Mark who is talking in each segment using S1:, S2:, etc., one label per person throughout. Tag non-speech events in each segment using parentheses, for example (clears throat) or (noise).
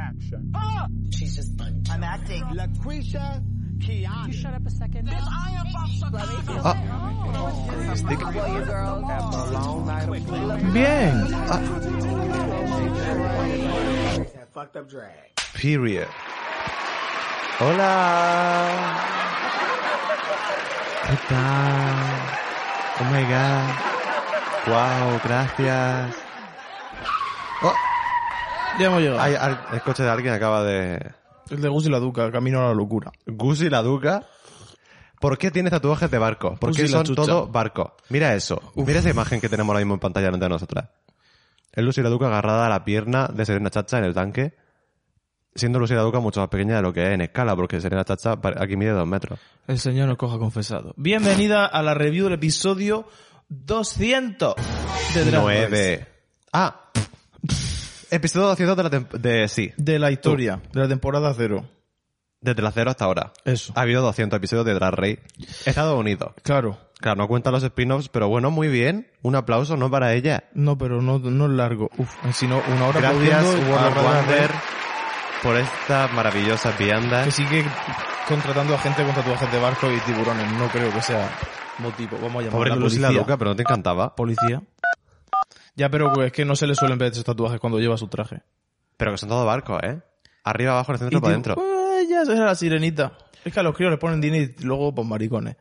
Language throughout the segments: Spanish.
S1: action.
S2: Ah!
S3: She's just
S2: I'm acting.
S1: Laquisha Kiani.
S4: You shut up a second.
S2: Bitch, I am from Chicago.
S5: Bien. Ah,
S3: that fucked up drag.
S5: period. Hola. ¿Qué tal? Oh my god. Wow, gracias. Oh,
S6: Ya hemos llegado.
S5: hay al- el coche de alguien acaba de.
S6: El de Gus y la Duca, camino a la locura.
S5: Gusi la Duca. ¿Por qué tiene tatuajes de barco? ¿Por
S6: Gusi
S5: qué
S6: la
S5: son
S6: chucha.
S5: todo barco? Mira eso. Mira esa imagen que tenemos ahora mismo en pantalla delante de nosotras. Es Lucy la Duca agarrada a la pierna de Serena Chacha en el tanque. Siendo Lucy la Duca mucho más pequeña de lo que es en escala, porque Serena Chacha pare- aquí mide dos metros.
S6: El Señor nos coja confesado. Bienvenida a la review del episodio 200 de Drag Race.
S5: Nueve. Ah. Episodio 200 de la tem- de sí.
S6: De la historia, de la temporada cero.
S5: Desde la cero hasta ahora.
S6: Eso.
S5: Ha habido 200 episodios de Drag Race. Estados Unidos.
S6: Claro.
S5: Claro, no cuentan los spin-offs, pero bueno, muy bien. Un aplauso, no para ella.
S6: No, pero no, no largo. Uf, sino una hora
S5: Gracias
S6: aplaudiendo
S5: World
S6: a
S5: of
S6: Wanda
S5: Wonder
S6: Red,
S5: por esta maravillosa vianda.
S6: ¿eh? que sigue contratando a gente con tatuajes de barco y tiburones. No creo que sea motivo. Vamos a llamar
S5: Pobre
S6: a la
S5: Lucy
S6: policía.
S5: la Duca, pero no te encantaba.
S6: Policía. Ya, pero pues, es que no se le suelen ver esos tatuajes cuando lleva su traje.
S5: Pero que son todos barcos, ¿eh? Arriba, abajo, en el centro,
S6: Y
S5: para
S6: digo,
S5: adentro.
S6: "Ah, ya era la sirenita. Es que a los críos les ponen dinero y luego, pues, maricones.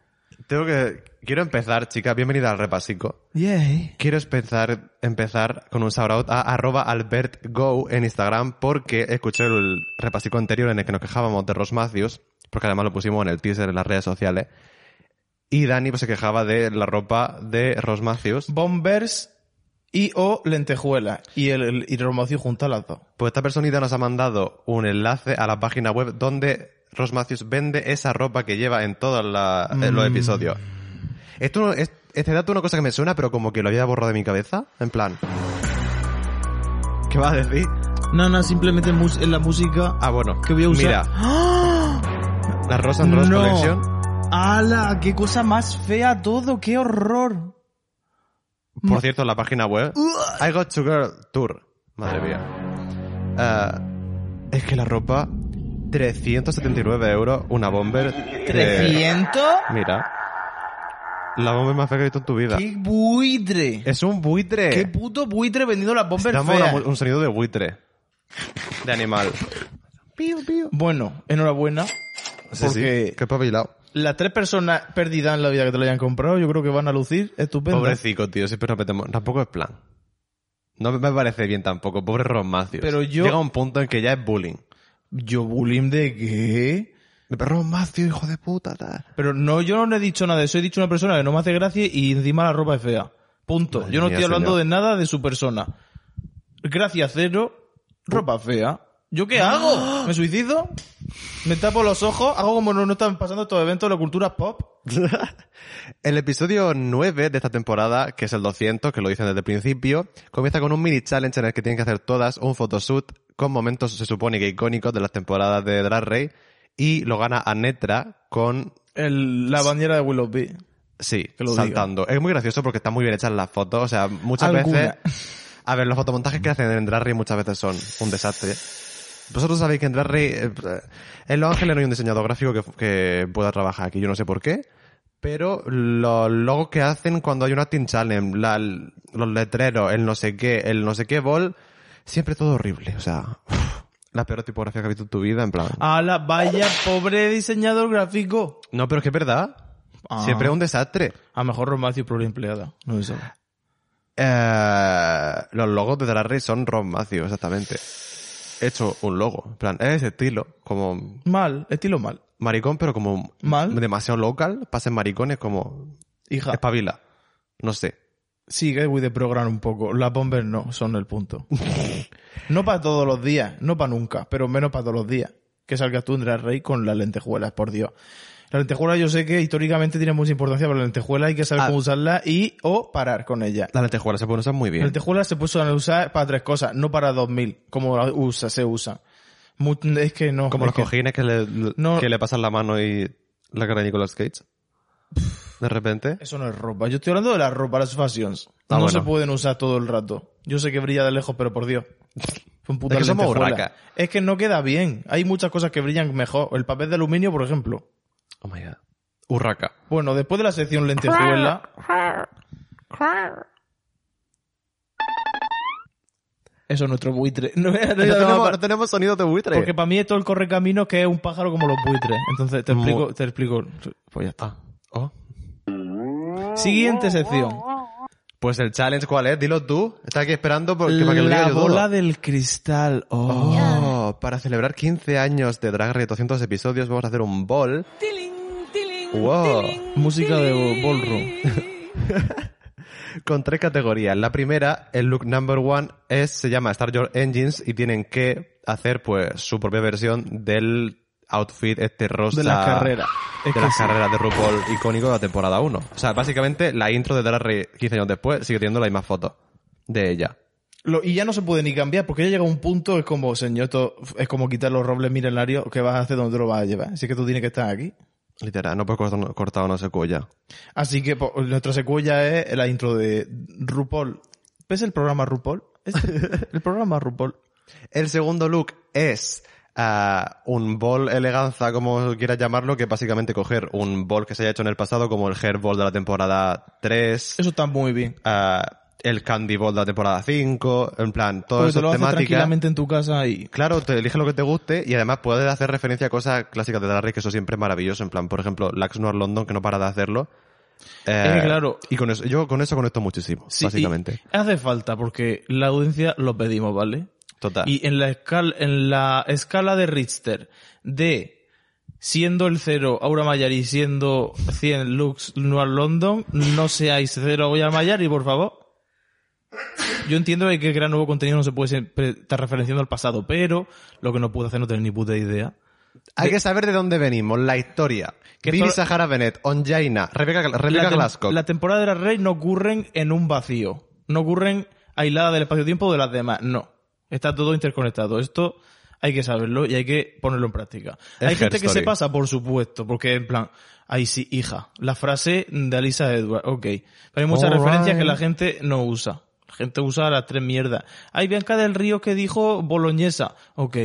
S5: Tengo que... Quiero empezar, chicas, bienvenida al repasico.
S6: Yay.
S5: Quiero empezar, empezar con un shoutout a arroba albertgo en Instagram porque escuché el repasico anterior en el que nos quejábamos de Ross Matthews, porque además lo pusimos en el teaser en las redes sociales. Y Dani pues, se quejaba de la ropa de Ross Matthews.
S6: Bombers y o lentejuela. Y el, el y Romacio junta las dos.
S5: Pues esta personita nos ha mandado un enlace a la página web donde Ross Matthews vende esa ropa que lleva en todos la- eh,
S6: Mm.
S5: los episodios. Esto no- es- este dato es una cosa que me suena, pero como que lo había borrado de mi cabeza. En plan. ¿Qué vas a decir?
S6: No, no, simplemente en la música
S5: Ah, bueno.
S6: que voy a usar.
S5: Mira, la Ross and Ross
S6: No.
S5: Collection.
S6: ¡Hala! ¡Qué cosa más fea todo! ¡Qué horror!
S5: Por cierto, en la página web.
S6: Eh.
S5: I Got to Girl Tour. Madre mía. Ah, es que la ropa. 379 euros, una bomber. de-
S6: ¿300?
S5: Mira. La bomba más fea que he visto en tu vida.
S6: ¡Qué buitre!
S5: Es un buitre.
S6: ¡Qué puto buitre vendiendo las bombas
S5: Damos
S6: feas!
S5: una- un sonido de buitre. De animal.
S6: Bueno, enhorabuena.
S5: Sí,
S6: porque
S5: sí. Qué pabilado.
S6: las tres personas perdidas en la vida que te lo hayan comprado, yo creo que van a lucir
S5: pues
S6: estupendo. ¿eh?
S5: Pobrecico, tío. Siempre nos metemos. Tampoco es plan. No me- me parece bien tampoco. Pobre Rosmacius.
S6: Pero yo-
S5: Llega un punto en que ya es bullying.
S6: ¿Yo bullying de qué?
S5: Rosmacius, hijo de puta. tal.
S6: Pero no, yo no he dicho nada de eso. He dicho una persona que no me hace gracia y encima la ropa es fea. Punto.
S5: Madre
S6: yo no
S5: mía,
S6: estoy hablando
S5: señor.
S6: de nada de su persona. Gracia cero, ropa fea. ¿Yo qué
S5: (gasps)
S6: hago? ¿Me suicido? ¿Me tapo los ojos? ¿Hago como no, no están pasando estos eventos de la cultura pop?
S5: (laughs) El episodio 9 de esta temporada, que es el 200, que lo dicen desde el principio, comienza con un mini challenge en el que tienen que hacer todas un photoshoot con momentos, se supone que icónicos de las temporadas de Drag Race, y lo gana Anetra con,
S6: El- la bandera de Willoughby.
S5: sí,
S6: Que lo diga.
S5: saltando. Es muy gracioso porque están muy bien hechas las fotos, o sea, muchas
S6: Alguna.
S5: veces... A ver, los fotomontajes que hacen en Drag Race muchas veces son un desastre. Vosotros sabéis que en Drag Race, eh, en Los Ángeles no hay un diseñador gráfico que, que pueda trabajar aquí, yo no sé por qué. Pero los logos que hacen cuando hay una Team Challenge, la- los letreros, el no sé qué, el no sé qué bol, siempre todo horrible. O sea, uf, la peor tipografía que has visto en tu vida, en plan.
S6: la vaya pobre diseñador gráfico!
S5: No, pero es que es verdad.
S6: Ah.
S5: Siempre es un desastre.
S6: A lo mejor Romacio por empleada. No se sabe.
S5: Eh, los logos de Drag Race son Ron Matthews, exactamente. He hecho un logo. En plan, es ese estilo, como
S6: Mal, estilo mal.
S5: maricón, pero como
S6: Mal.
S5: demasiado local, pasen maricones como
S6: Hija,
S5: espabila. No sé.
S6: sí, Gateway de program un poco. Las bombas no, son el
S5: (laughs)
S6: punto. no para todos los días, no para nunca, pero menos para todos los días. Que salgas tú en Drag Race con las lentejuelas, por Dios. La lentejuela yo sé que históricamente tiene mucha importancia, pero la lentejuela hay que saber
S5: Ah.
S6: cómo usarla y o parar con ella.
S5: La lentejuela se puede usar muy
S6: La
S5: bien.
S6: lentejuela se puso a usar para tres cosas, no para dos mil, como la usa, se usa. Mu- es que no.
S5: Como
S6: es
S5: los
S6: que-
S5: cojines que le,
S6: No.
S5: que le pasan la mano y la cara de Nicolas Cage. De repente.
S6: Eso no es ropa. Yo estoy hablando de la ropa, las fashions.
S5: Ah,
S6: no
S5: bueno.
S6: se pueden usar todo el rato. Yo sé que brilla de lejos, pero por Dios. Son putas
S5: Es que somos
S6: lentejuelas.
S5: urracas.
S6: Es que no queda bien. Hay muchas cosas que brillan mejor. El papel de aluminio, por ejemplo.
S5: Oh my god. Urraca.
S6: Bueno, después de la sección lentejuela. Eso es nuestro
S5: (laughs)
S6: buitre. No, no, no, no,
S5: tenemos,
S6: pa-
S5: tenemos sonido de buitre.
S6: porque para mí esto es el correcamino que es un pájaro como los buitres. Entonces te
S5: Muy-
S6: explico, te explico. Pues ya está.
S5: Ah. Oh.
S6: Siguiente sección.
S5: Pues el challenge, ¿cuál es? Dilo tú. Está aquí esperando porque, para que lo diga
S6: La
S5: yo todo.
S6: bola del cristal. Oh.
S5: Oh, para celebrar 15 años de Drag Race 200 episodios vamos a hacer un ball. Wow.
S6: Música de ballroom.
S5: Con tres categorías. La primera, el look number one, es, se llama Start Your Engines y tienen que hacer pues su propia versión del outfit este rosa.
S6: De la carrera. Es
S5: de
S6: que
S5: las
S6: sí.
S5: carreras de RuPaul icónico de la temporada 1. O sea, básicamente la intro de Drag Race 15 años después sigue teniendo la misma foto de ella.
S6: Lo- y ya no se puede ni cambiar, porque ya llega un punto, es como, señor, esto es como quitar los robles milenarios, ¿qué vas a hacer? ¿Dónde lo vas a llevar? Así que tú tienes que estar aquí.
S5: Literal, no puedes cortar, cortar una secuella.
S6: Así que po, nuestra secuela es la intro de RuPaul. ¿Ves el programa RuPaul? (laughs) Este- el programa RuPaul.
S5: El segundo look es ah, un bol eleganza, como quieras llamarlo, que es básicamente coger un bol que se haya hecho en el pasado, como el hair ball de la temporada 3,
S6: Eso está muy bien.
S5: el candy ball de la temporada 5, en plan, todo
S6: Porque
S5: eso
S6: te lo haces
S5: temática.
S6: tranquilamente en tu casa y...
S5: Claro, te eliges lo que te guste y además puedes hacer referencia a cosas clásicas de Drag Race, que eso siempre es maravilloso. En plan, por ejemplo, Lax Noir London, que no para de hacerlo. Eh,
S6: que claro.
S5: Y con eso, yo con eso conecto muchísimo,
S6: Sí,
S5: básicamente.
S6: y hace falta, porque la audiencia lo pedimos, ¿vale?
S5: Total.
S6: Y en la, escal- en la escala de Richter, de siendo el 0 Aura Mayari, siendo 100 Lux Noir London, no seáis 0 Aura Mayari, por favor. Yo entiendo que crear nuevo contenido no se puede siempre estar referenciando al pasado, pero lo que no puedo hacer no tener ni puta idea.
S5: Hay que saber de dónde venimos, la historia.
S6: Que
S5: Vivi
S6: esto-
S5: Sahara Bennett, Onjaina, Rebecca, Rebecca
S6: la, tem-
S5: Glasscock.
S6: la temporada de la Rey no ocurren en un vacío. No ocurren aislada del espacio-tiempo de las demás. No. Está todo interconectado. Esto hay que saberlo y hay que ponerlo en práctica.
S5: Es
S6: hay gente
S5: Her
S6: que se
S5: Story.
S6: pasa, por supuesto, porque en plan, ahí sí, hija. La frase de Alisa Edward, ok. Pero hay muchas
S5: Alright.
S6: referencias que la gente no usa. La gente usa las tres mierdas. Hay Bianca del Río que dijo boloñesa, ok.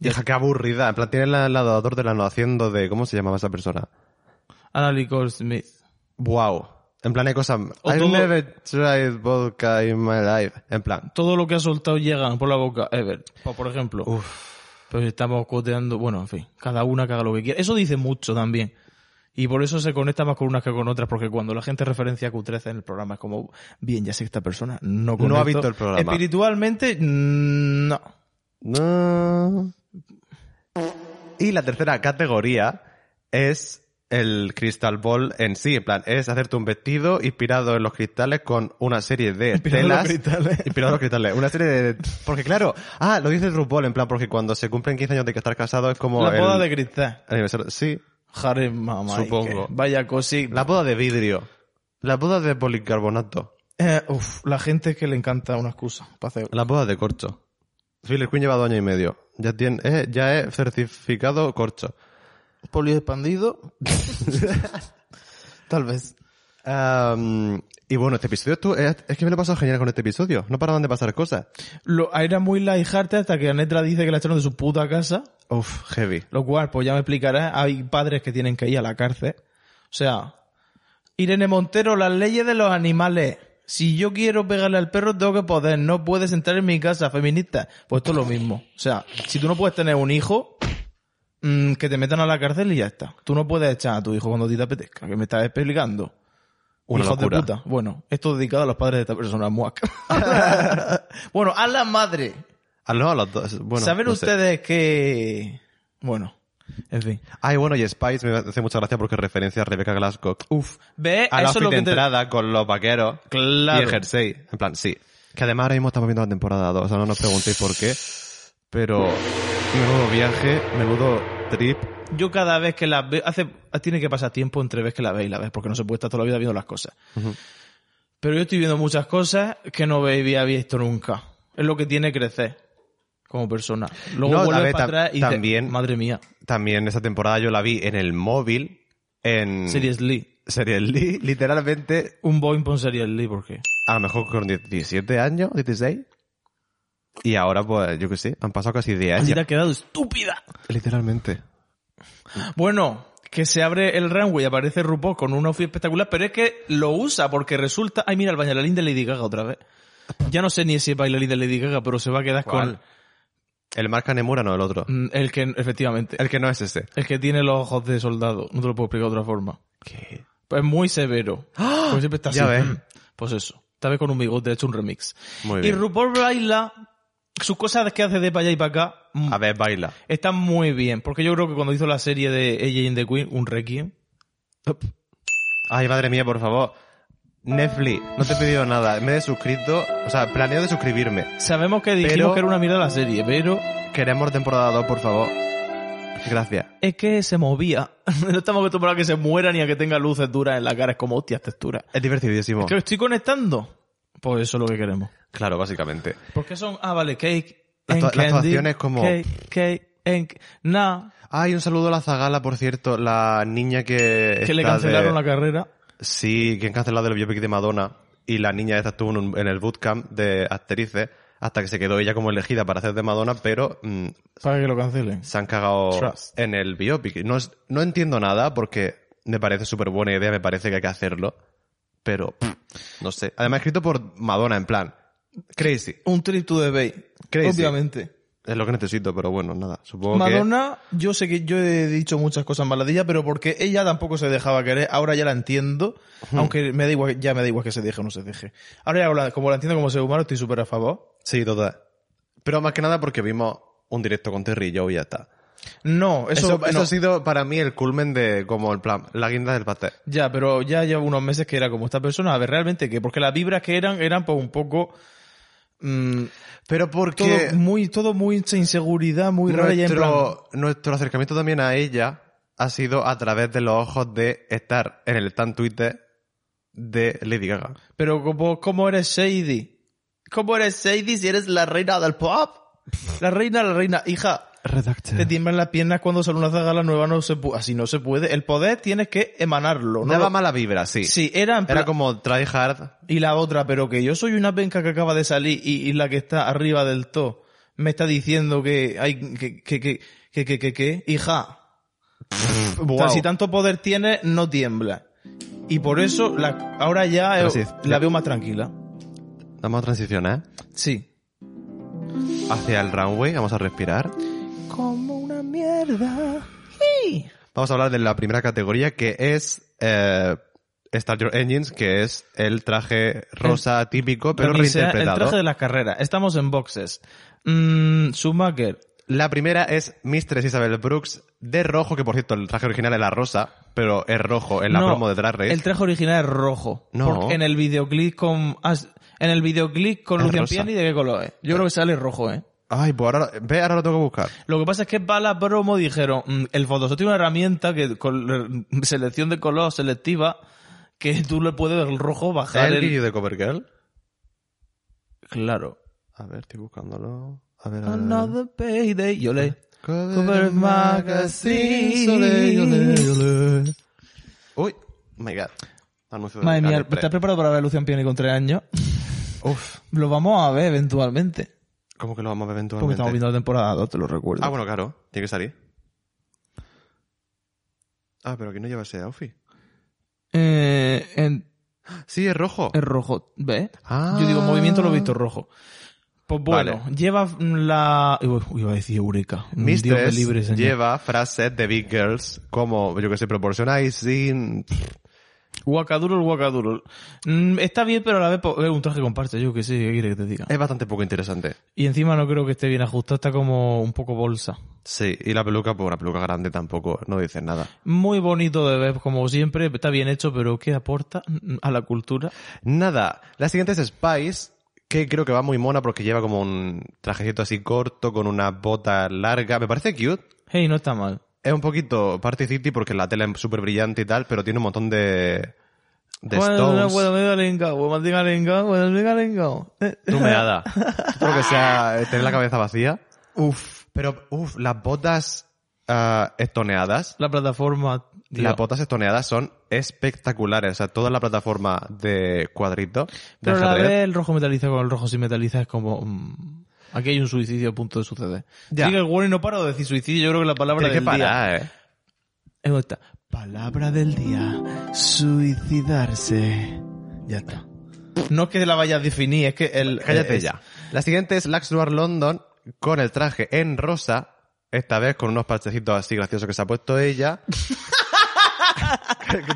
S5: Deja que aburrida. En plan, tiene la- el adaptador de la no haciendo de. ¿Cómo se llamaba esa persona?
S6: Anna Nicole Smith.
S5: Wow. En plan, hay cosas.
S6: O
S5: I've
S6: todo-
S5: never tried vodka in my life. En plan.
S6: todo lo que ha soltado llegan por la boca, Ever, pa- por ejemplo. Pero si estamos coteando, bueno, en fin, cada una que haga lo que quiera. Eso dice mucho también. Y por eso se conecta más con unas que con otras, porque cuando la gente referencia a Q13 en el programa es como, bien, ya sé que esta persona no
S5: No ha
S6: conecto.
S5: visto el programa.
S6: Espiritualmente, mm, no.
S5: No. Y la tercera categoría es el crystal ball en sí. En plan, es hacerte un vestido inspirado en los cristales con una serie de
S6: Inspirado en los
S5: telas.
S6: cristales.
S5: Inspirado en los cristales. Una serie de. Porque claro, ah, lo dice RuPaul, en plan, porque cuando se cumplen 15 años de que estar casado es como.
S6: La
S5: el
S6: boda de cristal.
S5: aniversario- Sí.
S6: Harry, mamá.
S5: Supongo.
S6: que- Vaya cosita.
S5: La boda de vidrio. La boda de policarbonato.
S6: Eh, uf, la gente es que le encanta una excusa para hacer
S5: La boda de corcho. Philip Queen lleva dos años y medio. Ya tiene, eh, ya es certificado corcho.
S6: poliexpandido.
S5: (laughs)
S6: Tal vez.
S5: Am, y bueno, este episodio estu- es, es que me lo he pasado genial con este episodio. No paraban de pasar cosas.
S6: Lo, era muy lighthearted hasta que Anetra dice que la echaron de su puta casa.
S5: Uf, heavy.
S6: Lo cual, pues ya me explicarás, hay padres que tienen que ir a la cárcel. O sea, Irene Montero, las leyes de los animales. Si yo quiero pegarle al perro, tengo que poder. No puedes entrar en mi casa, feminista. Pues esto es lo mismo. O sea, si tú no puedes tener un hijo, mm, que te metan a la cárcel y ya está. Tú no puedes echar a tu hijo cuando a ti te apetezca, que me estás explicando.
S5: Una
S6: Hijos
S5: locura.
S6: de puta. Bueno, esto es dedicado a los padres de esta persona,
S5: (laughs)
S6: muac. bueno, a la madre.
S5: Ah, no, los dos. Bueno,
S6: Saber
S5: no sé.
S6: ustedes que... Bueno, en fin.
S5: Ay, bueno, y Spice me hace mucha gracia porque referencia a Rebecca Glasscock.
S6: Uf, ve,
S5: A la
S6: eso es lo
S5: outfit de
S6: que te...
S5: entrada con los vaqueros
S6: Claro.
S5: y el jersey. En plan, sí. Que además ahora mismo estamos viendo la temporada 2, o sea, no nos preguntéis por qué. Pero menudo viaje, menudo trip.
S6: Yo cada vez que las veo, hace, tiene que pasar tiempo entre vez que la ve y la ves, porque no se puede estar toda la vida viendo las cosas. Pero yo estoy viendo muchas cosas que no había visto nunca. Es lo que tiene crecer como persona. Luego
S5: No, a
S6: vuelves
S5: ver,
S6: para
S5: tam-
S6: atrás y dices,
S5: también-
S6: madre mía,
S5: También esta temporada yo la vi en el móvil, en
S6: Series Lee.
S5: Series Lee, literalmente
S6: Un Boeing pon Series Lee, ¿por qué?
S5: a lo mejor con 17 años, 16. Y ahora, pues, yo qué sé, han pasado casi 10
S6: Así
S5: años.
S6: te ha quedado estúpida.
S5: Literalmente.
S6: Bueno, que se abre el runway y aparece RuPaul con un outfit espectacular, pero es que lo usa porque resulta... Ay, mira, el bailarín de Lady Gaga otra vez. Ya no sé ni si es bailarín de Lady Gaga, pero se va a quedar
S5: ¿Cuál? El Mark Nemura no el otro.
S6: con... Mm, El que, efectivamente.
S5: El que no es ese.
S6: El que tiene los ojos de soldado. No te lo puedo explicar de otra forma.
S5: ¿Qué? ¡Ah!
S6: Pues muy severo. Pues siempre está así.
S5: Ya ves.
S6: Mm. (clears throat) Pues eso. Esta vez con un bigote, ha hecho un remix.
S5: Muy
S6: Y
S5: bien.
S6: RuPaul baila sus cosas que hace de para allá y para acá. mm,
S5: A ver, baila.
S6: Están muy bien. Porque yo creo que cuando hizo la serie de AJ and the Queen, un requiem.
S5: Ay, madre mía, por favor. Netflix, no te he pedido nada. Me he suscrito, o sea, planeo de suscribirme.
S6: Sabemos que dijimos
S5: Pero-
S6: que era una mierda la serie, pero
S5: Queremos temporada 2, por favor. Gracias.
S6: es que se movía. (laughs) no estamos acostumbrados a que se muera ni a que tenga luces duras en la cara. Es como, hostias, textura.
S5: Es divertidísimo.
S6: ¿Que estoy conectando? Pues eso es lo que queremos.
S5: Claro, básicamente.
S6: Porque son, ah, vale, cake,
S5: Las
S6: and
S5: to- las
S6: candy,
S5: actuaciones como-
S6: Cake, cake, and... Nah,
S5: Ay, un saludo a la Zagala, por cierto, la niña que.
S6: que le cancelaron la carrera.
S5: Sí, que han cancelado el biopic de Madonna. Y la niña esta estuvo en, un- en el bootcamp de actrices hasta que se quedó ella como elegida para hacer de Madonna, pero mm,
S6: Para que lo cancelen.
S5: se han cagado
S6: Trust.
S5: en el biopic. No, es- no entiendo nada porque me parece súper buena idea, me parece que hay que hacerlo, pero pff, no sé. Además, escrito por Madonna, en plan, crazy.
S6: Un trip to the bay.
S5: Crazy.
S6: Obviamente.
S5: Es lo que necesito, pero bueno, nada. Supongo
S6: Madonna, yo sé que yo he dicho muchas cosas malas de ella, pero porque ella tampoco se dejaba querer, ahora ya la entiendo, aunque me da igual, ya me da igual que se deje o no se deje. Ahora ya, la- como la entiendo como ser humano, estoy súper a favor.
S5: que. Sí, total. Pero más que nada porque vimos un directo con Terry y yo y ya está.
S6: No, eso,
S5: Eso, eso,
S6: no.
S5: ha sido para mí el culmen de como el plan, la guinda del pastel.
S6: Ya, pero ya llevo unos meses que era como esta persona, a ver realmente qué, porque las vibras que eran, eran pues un poco... mm,
S5: Pero
S6: todo
S5: porque
S6: muy, todo muy mucha inseguridad, muy rara y en plan-
S5: nuestro, nuestro acercamiento también a ella ha sido a través de los ojos de estar en el stand Twitter de Lady Gaga.
S6: Pero como, ¿cómo eres Sadie? ¿Cómo eres Sadie si eres la reina del
S5: (laughs)
S6: pop? La reina, la reina, hija. Te tiemblan las piernas cuando sale una zagala nueva, no se pu- así no se puede. El poder tienes que emanarlo. No
S5: Daba
S6: lo-
S5: mala vibra, sí.
S6: Sí, era en plan-
S5: Era como try hard.
S6: Y la otra, pero que yo soy una penca que acaba de salir y, y la que está arriba del to me está diciendo que hay que que que que que que, que- hija. O sea,
S5: Guau.
S6: si tanto poder tienes, no tiembla. Y por eso la, ahora ya eh,
S5: Gracias.
S6: la veo más tranquila.
S5: Vamos a transicionar
S6: Sí.
S5: hacia el runway, vamos a respirar.
S6: Como una mierda. Sí.
S5: Vamos a hablar de la primera categoría que es eh, Start Your Engines, que es el traje rosa típico, pero
S6: Camisea, "Ah, el
S5: reinterpretado.
S6: traje de la carrera. Estamos en boxes. Mm, Schumacher.
S5: La primera es Mistress Isabel Brooks de rojo, que por cierto el traje original era rosa, pero es rojo en la
S6: No,
S5: promo de Drag Race.
S6: El traje original es rojo.
S5: No.
S6: Porque en el videoclip con. as- En el videoclip con
S5: Es
S6: Lucian
S5: rosa.
S6: Piani, ¿de qué color es? Yo creo que sale rojo, ¿eh?
S5: Ay, pues ahora, ve, ahora lo tengo que buscar.
S6: Lo que pasa es que para la promo dijeron, mm, el Photoshop tiene una herramienta que con eh, (laughs) selección de color selectiva que tú le puedes del rojo
S5: ¿Es
S6: bajar
S5: el
S6: el...
S5: vídeo de Covergirl?
S6: Claro.
S5: A ver, estoy buscándolo. A ver, a ver, a ver.
S6: Another payday. Yo le...
S5: Cover Magazine. Ole, ole, ole. Uy, oh my god. Anuncio de
S6: Madre mía,
S5: Aliexpress.
S6: ¿estás preparado para ver a Lucian Piani con tres años?
S5: Uf,
S6: (laughs) Lo vamos a ver eventualmente.
S5: ¿cómo que lo vamos a ver
S6: Porque
S5: eventualmente?
S6: estamos viendo la temporada 2, te lo recuerdo.
S5: Ah, bueno, claro, tiene que salir. Ah, pero aquí no lleva ese outfit.
S6: Eh, en-
S5: Sí, es rojo.
S6: es rojo, ¿ves?
S5: Ah.
S6: Yo digo movimiento lo he visto rojo. Pues bueno,
S5: Vale.
S6: lleva la... Uy, iba a decir Eureka. Un Dios me
S5: Mistress
S6: libre, señor.
S5: lleva frases de Big Girls como, yo que sé, proporcionizing.
S6: Guacadurul, guacadurul. Mm, está bien, pero a la vez po- es un traje con parche, yo que sé, ¿qué quiere que te diga?
S5: Es bastante poco interesante.
S6: Y encima no creo que esté bien ajustado, está como un poco bolsa.
S5: Sí, y la peluca, pues una peluca grande tampoco, no dice nada.
S6: Muy bonito de ver, como siempre, está bien hecho, pero ¿qué aporta mm, a la cultura?
S5: Nada, la siguiente es Spice, que creo que va muy mona porque lleva como un trajecito así corto, con una bota larga. Me parece cute.
S6: Hey, no está mal.
S5: Es un poquito Party City porque la tela es súper brillante y tal, pero tiene un montón de... De
S6: Bueno,
S5: stones.
S6: bueno, me da lengao, bueno, me da lengao, bueno, me da lengao. Eh,
S5: Tú me (laughs) hada. Creo que sea eh, tener la cabeza vacía. Uf. Pero, uf, las botas ah, estoneadas.
S6: La plataforma... tío.
S5: Las botas estoneadas son espectaculares. O sea, toda la plataforma de cuadritos. de
S6: Pero a la
S5: ajedrez.
S6: vez el rojo metaliza con el rojo sin metaliza es como... mm, Aquí hay un suicidio a punto de suceder.
S5: Ya.
S6: Trigger warning, no paro de decir suicidio, yo creo que la palabra
S5: Tiene
S6: del
S5: que
S6: día.
S5: parar, eh.
S6: Es esta. Palabra del día. Suicidarse. Ya está. No es que la vayas a definir, es que el...
S5: Cállate
S6: es- (laughs)
S5: ya. Eh, La siguiente es Lax Noir London con el traje en rosa, esta vez con unos parchecitos así graciosos que se ha
S6: (laughs)
S5: puesto ella.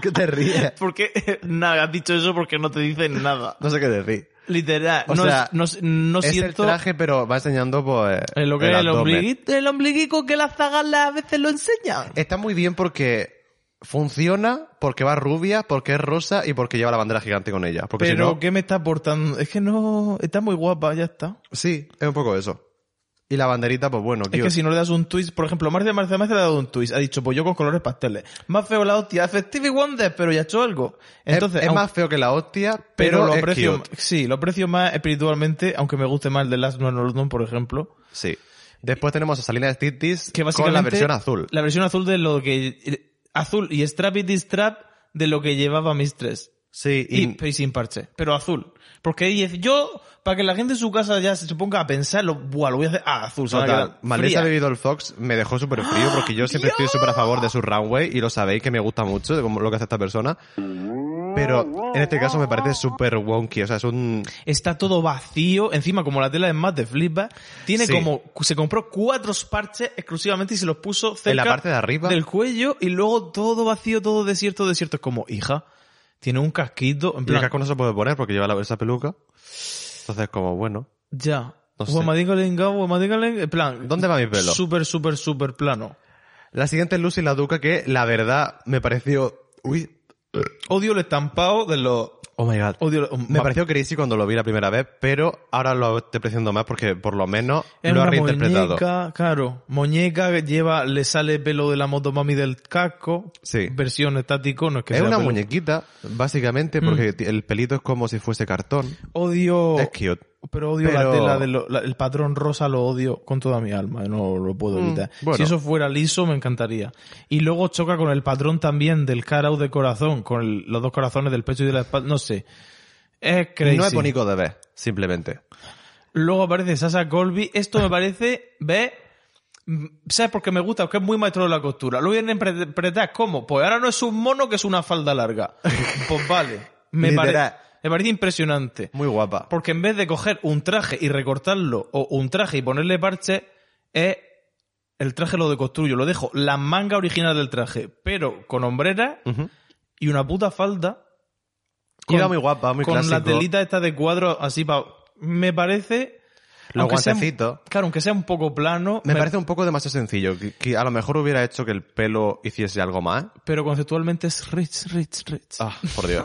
S5: ¿Qué te ríes?
S6: ¿Por qué? Nada, has dicho eso porque no te dicen nada.
S5: No sé qué decir.
S6: Literal.
S5: O
S6: no,
S5: sea,
S6: es- no, es- no
S5: es
S6: siento...
S5: el traje, pero va enseñando pues
S6: Eh, lo que es el,
S5: abdomen.
S6: ombliguito, el ombliguico que las zagas la- a veces lo enseñan.
S5: Está muy bien porque funciona, porque va rubia, porque es rosa y porque lleva la bandera gigante con ella. Porque
S6: Pero
S5: si no,
S6: ¿qué me está aportando? Es que no... Está muy guapa, ya está.
S5: sí, es un poco eso. Y la banderita, pues bueno,
S6: Es
S5: tío.
S6: que si no le das un twist, por ejemplo, Marcia Marcia Marcia le ha dado un twist, ha dicho, pues yo con colores pasteles. Más feo la hostia, hace Stevie Wonder, pero ya ha hecho algo.
S5: Es-
S6: Entonces,
S5: es,
S6: aun-
S5: más feo que la hostia, pero,
S6: pero, lo
S5: es
S6: aprecio,
S5: cute.
S6: sí, lo aprecio más espiritualmente, aunque me guste más el de Last Man on London, por ejemplo.
S5: Sí. Después tenemos a Salina de Titis
S6: Que
S5: con
S6: básicamente.
S5: la versión azul.
S6: La versión azul de lo que, eh, azul y Strappity Strap de lo que llevaba Mistress.
S5: Sí, y,
S6: Y, y sin parche, pero azul. Porque dice, yo, para que la gente en su casa ya se ponga a pensar, lo, buah, lo voy a hacer ah, azul. se van a
S5: total,
S6: quedar
S5: Malisa
S6: fría.
S5: de Vidal Fox me dejó súper frío porque yo siempre estoy súper a favor de su runway y lo sabéis que me gusta mucho de cómo- lo que hace esta persona. Pero en este caso me parece súper wonky, o sea, es un...
S6: está todo vacío. Encima, como la tela es más de flipback, tiene
S5: Sí.
S6: como, se compró cuatro parches exclusivamente y se los puso cerca
S5: En la parte de arriba.
S6: del cuello y luego todo vacío, todo desierto, desierto. Es como, hija, tiene un casquito. En
S5: Y el
S6: plan,
S5: casco no se puede poner porque lleva la- esa peluca. Entonces, como, bueno.
S6: ya.
S5: No sé.
S6: Guamadingalén, gabo, guamadingalén, En plan,
S5: ¿Dónde va mi pelo?
S6: Súper, súper, súper plano.
S5: La siguiente es Lucy la Duca que, la verdad, me pareció... Uy.
S6: Odio el estampado de los...
S5: Oh my god.
S6: Odio...
S5: Me pareció crazy cuando lo vi la primera vez, pero ahora lo estoy apreciando más porque por lo menos
S6: Es
S5: lo ha
S6: una
S5: reinterpretado.
S6: muñeca, claro. Moñeca que lleva, le sale pelo de la moto mami del casco.
S5: Sí.
S6: Versión estático, no es que
S5: es
S6: sea
S5: una
S6: pelo.
S5: muñequita, básicamente, porque ti- el pelito es como si fuese cartón.
S6: Odio.
S5: Es cute.
S6: Pero odio
S5: pero-
S6: la tela de lo- la- el patrón rosa lo odio con toda mi alma, no lo puedo
S5: Mm,
S6: evitar.
S5: bueno.
S6: Si eso fuera liso me encantaría. Y luego choca con el patrón también del carao de corazón, con el- los dos corazones del pecho y de la espalda, no sé. Es crazy.
S5: No es bonito de ver, simplemente.
S6: Luego aparece Sasha Colby. Esto me parece, ¿ves? Mm, ¿Sabes por qué me gusta? Porque es muy maestro de la costura. Lo vienen a interpretar como, pues ahora no es un mono que es una falda larga. Pues vale.
S5: (laughs)
S6: Me, pare-
S5: Literal.
S6: me parece impresionante.
S5: Muy guapa.
S6: Porque en vez de coger un traje y recortarlo, o un traje y ponerle parche, es el traje lo deconstruyo, lo dejo la manga original del traje, pero con hombrera
S5: Ujú.
S6: y una puta falda.
S5: Y va muy guapa, muy
S6: Con la
S5: clásico.
S6: telita esta de cuadro así para... Me parece...
S5: Los
S6: aunque sea un-
S5: guantecitos.
S6: claro, aunque sea un poco plano,
S5: Me
S6: me-
S5: parece un poco demasiado sencillo. Que, que a lo mejor hubiera hecho que el pelo hiciese algo más.
S6: pero conceptualmente es rich, rich, rich.
S5: Ah, (laughs) por Dios.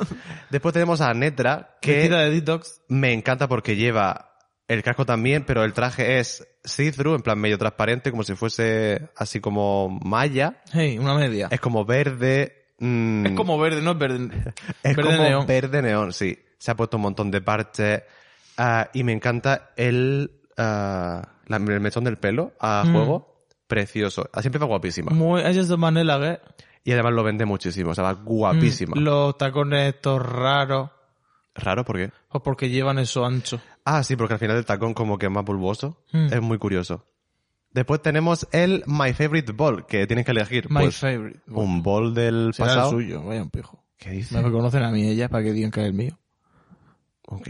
S5: Después tenemos a Netra, que
S6: Vestida de detox.
S5: me encanta porque lleva el casco también, pero el traje es see-through, en plan medio transparente, como si fuese así como malla.
S6: Hey, una media.
S5: Es como verde. mm,
S6: Es como verde, no es
S5: (laughs)
S6: verde.
S5: Es
S6: verde
S5: como
S6: neón.
S5: verde neón, sí. Se ha puesto un montón de parches. ah, y me encanta el, ah, la- el mechón del pelo a
S6: Mm.
S5: juego. Precioso. Ah, Siempre va guapísima.
S6: Muy, ella es de Manela, ¿eh?
S5: Y además lo vende muchísimo. O sea, va guapísima.
S6: Mm, los tacones estos raros.
S5: Raro porque.
S6: O porque llevan eso ancho.
S5: Ah, sí, porque al final el tacón como que es más bulboso.
S6: Mm.
S5: Es muy curioso. Después tenemos el My Favorite Ball, que tienes que elegir.
S6: My
S5: pues,
S6: favorite.
S5: un ball del
S6: Será el
S5: pasado.
S6: suyo, vaya un pijo.
S5: ¿Qué dice?
S6: Me reconocen a mí ellas para que digan que es el mío.
S5: Ok.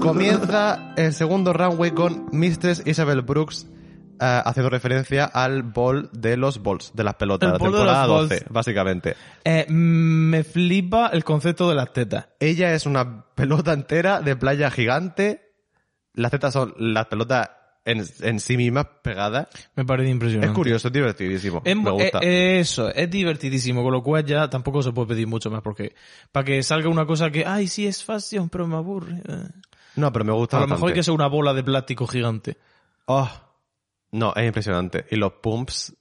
S5: Comienza el segundo runway con Mistress Isabel Brooks eh, haciendo referencia al ball de los balls, de las pelotas,
S6: El
S5: la
S6: ball de
S5: temporada
S6: los
S5: 12, básicamente.
S6: Eh, mm, me flipa el concepto de las tetas.
S5: Ella es una pelota entera de playa gigante. Las tetas son las pelotas en, en sí mismas pegadas.
S6: Me parece impresionante.
S5: Es curioso, es divertidísimo.
S6: Es
S5: Me
S6: mu-
S5: gusta.
S6: eh, eh, eso, es divertidísimo, con lo cual ya tampoco se puede pedir mucho más porque para que salga una cosa que, ay, sí es fashion, pero me aburre. eh.
S5: no, pero me gusta
S6: A lo
S5: bastante.
S6: mejor hay que ser una bola de plástico gigante.
S5: Oh. No, es impresionante. Y los pumps.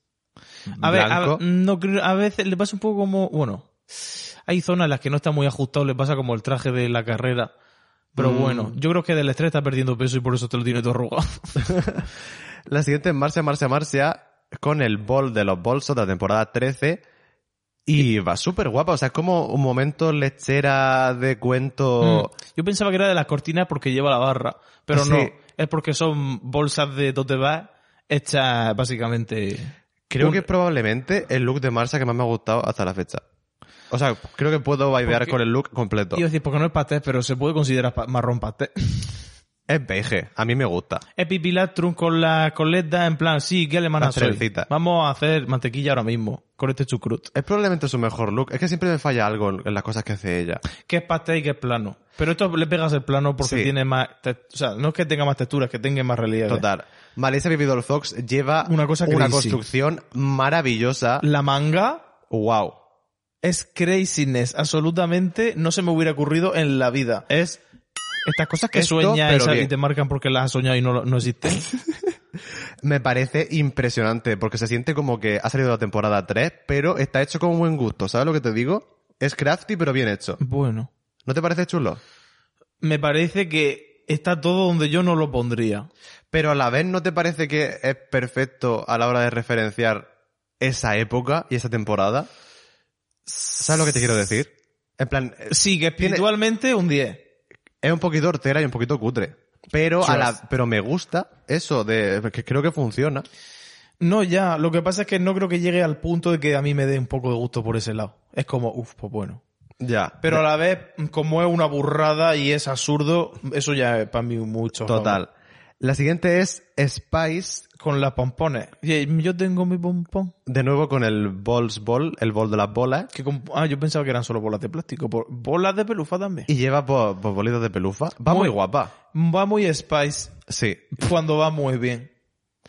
S6: A ver, mm. a,
S5: blancos.
S6: no creo- a veces le pasa un poco como, bueno, hay zonas en las que no está muy ajustado, le pasa como el traje de la carrera. Pero
S5: Mm.
S6: bueno, yo creo que del estrés está perdiendo peso y por eso te lo tiene todo arrugado.
S5: La siguiente es Marcia, Marcia, Marcia con el bol de los bolsos de la temporada 13. Y va súper guapa, o sea, es como un momento lechera de cuento.
S6: Mm. Yo pensaba que era de las cortinas porque lleva la barra, pero
S5: Mm. Ah, Sí,
S6: no. es porque son bolsas de tote bag hechas básicamente...
S5: Creo
S6: Un-
S5: que es probablemente el look de Marsa que más me ha gustado hasta la fecha. O sea, creo que puedo bailar
S6: Porque-
S5: con el look completo.
S6: Iba a decir, porque no es pastel, pero se puede considerar pa- marrón pastel.
S5: Es beige, a mí me gusta.
S6: Es pipilastrum con la coleta, en plan, sí, qué alemana
S5: Las
S6: soy.
S5: trencitas.
S6: Vamos a hacer mantequilla ahora mismo, con este chucrut.
S5: Es probablemente su mejor look. Es que siempre me falla algo en en las cosas que hace ella.
S6: Que es pastel y que es plano. Pero esto le pegas el plano porque
S5: Sí.
S6: tiene más... te- O sea, no es que tenga más texturas, que tenga más relieve.
S5: Total. Malisa Vividol Fox lleva
S6: Una cosa crazy.
S5: construcción maravillosa.
S6: La manga
S5: Wow.
S6: es craziness, absolutamente no se me hubiera ocurrido en la vida.
S5: Es
S6: Estas cosas que
S5: Esto,
S6: sueñas y
S5: pero
S6: sal- y
S5: bien.
S6: te marcan porque las has soñado y no, lo- no existen.
S5: me parece impresionante porque se siente como que ha salido la temporada 3, pero está hecho con buen gusto. ¿Sabes lo que te digo? Es crafty pero bien hecho.
S6: bueno.
S5: ¿No te parece chulo?
S6: Me parece que está todo donde yo no lo pondría.
S5: Pero a la vez no te parece que es perfecto a la hora de referenciar esa época y esa temporada. ¿Sabes lo que te quiero decir? En plan, eh,
S6: Sí, que espiritualmente un 10.
S5: es un poquito hortera y un poquito cutre. Pero a la,
S6: Sure.
S5: pero me gusta eso de que creo que funciona.
S6: No, ya, lo que pasa es que no creo que llegue al punto de que a mí me dé un poco de gusto por ese lado. Es como, uff, pues bueno.
S5: Ya.
S6: Pero a la vez, como es una burrada y es absurdo, eso ya es para mí mucho.
S5: total. La siguiente es Spice,
S6: Con las pompones. Y eh, Yo tengo mi pompón.
S5: de nuevo con el Balls Ball, el bol de las bolas,
S6: Que con- Ah, yo pensaba que eran solo bolas de plástico. por- Bolas de pelufa también.
S5: y lleva por, bolitos de pelufa. Va muy,
S6: Muy-
S5: guapa.
S6: Va muy Spice
S5: Sí.
S6: cuando va muy bien.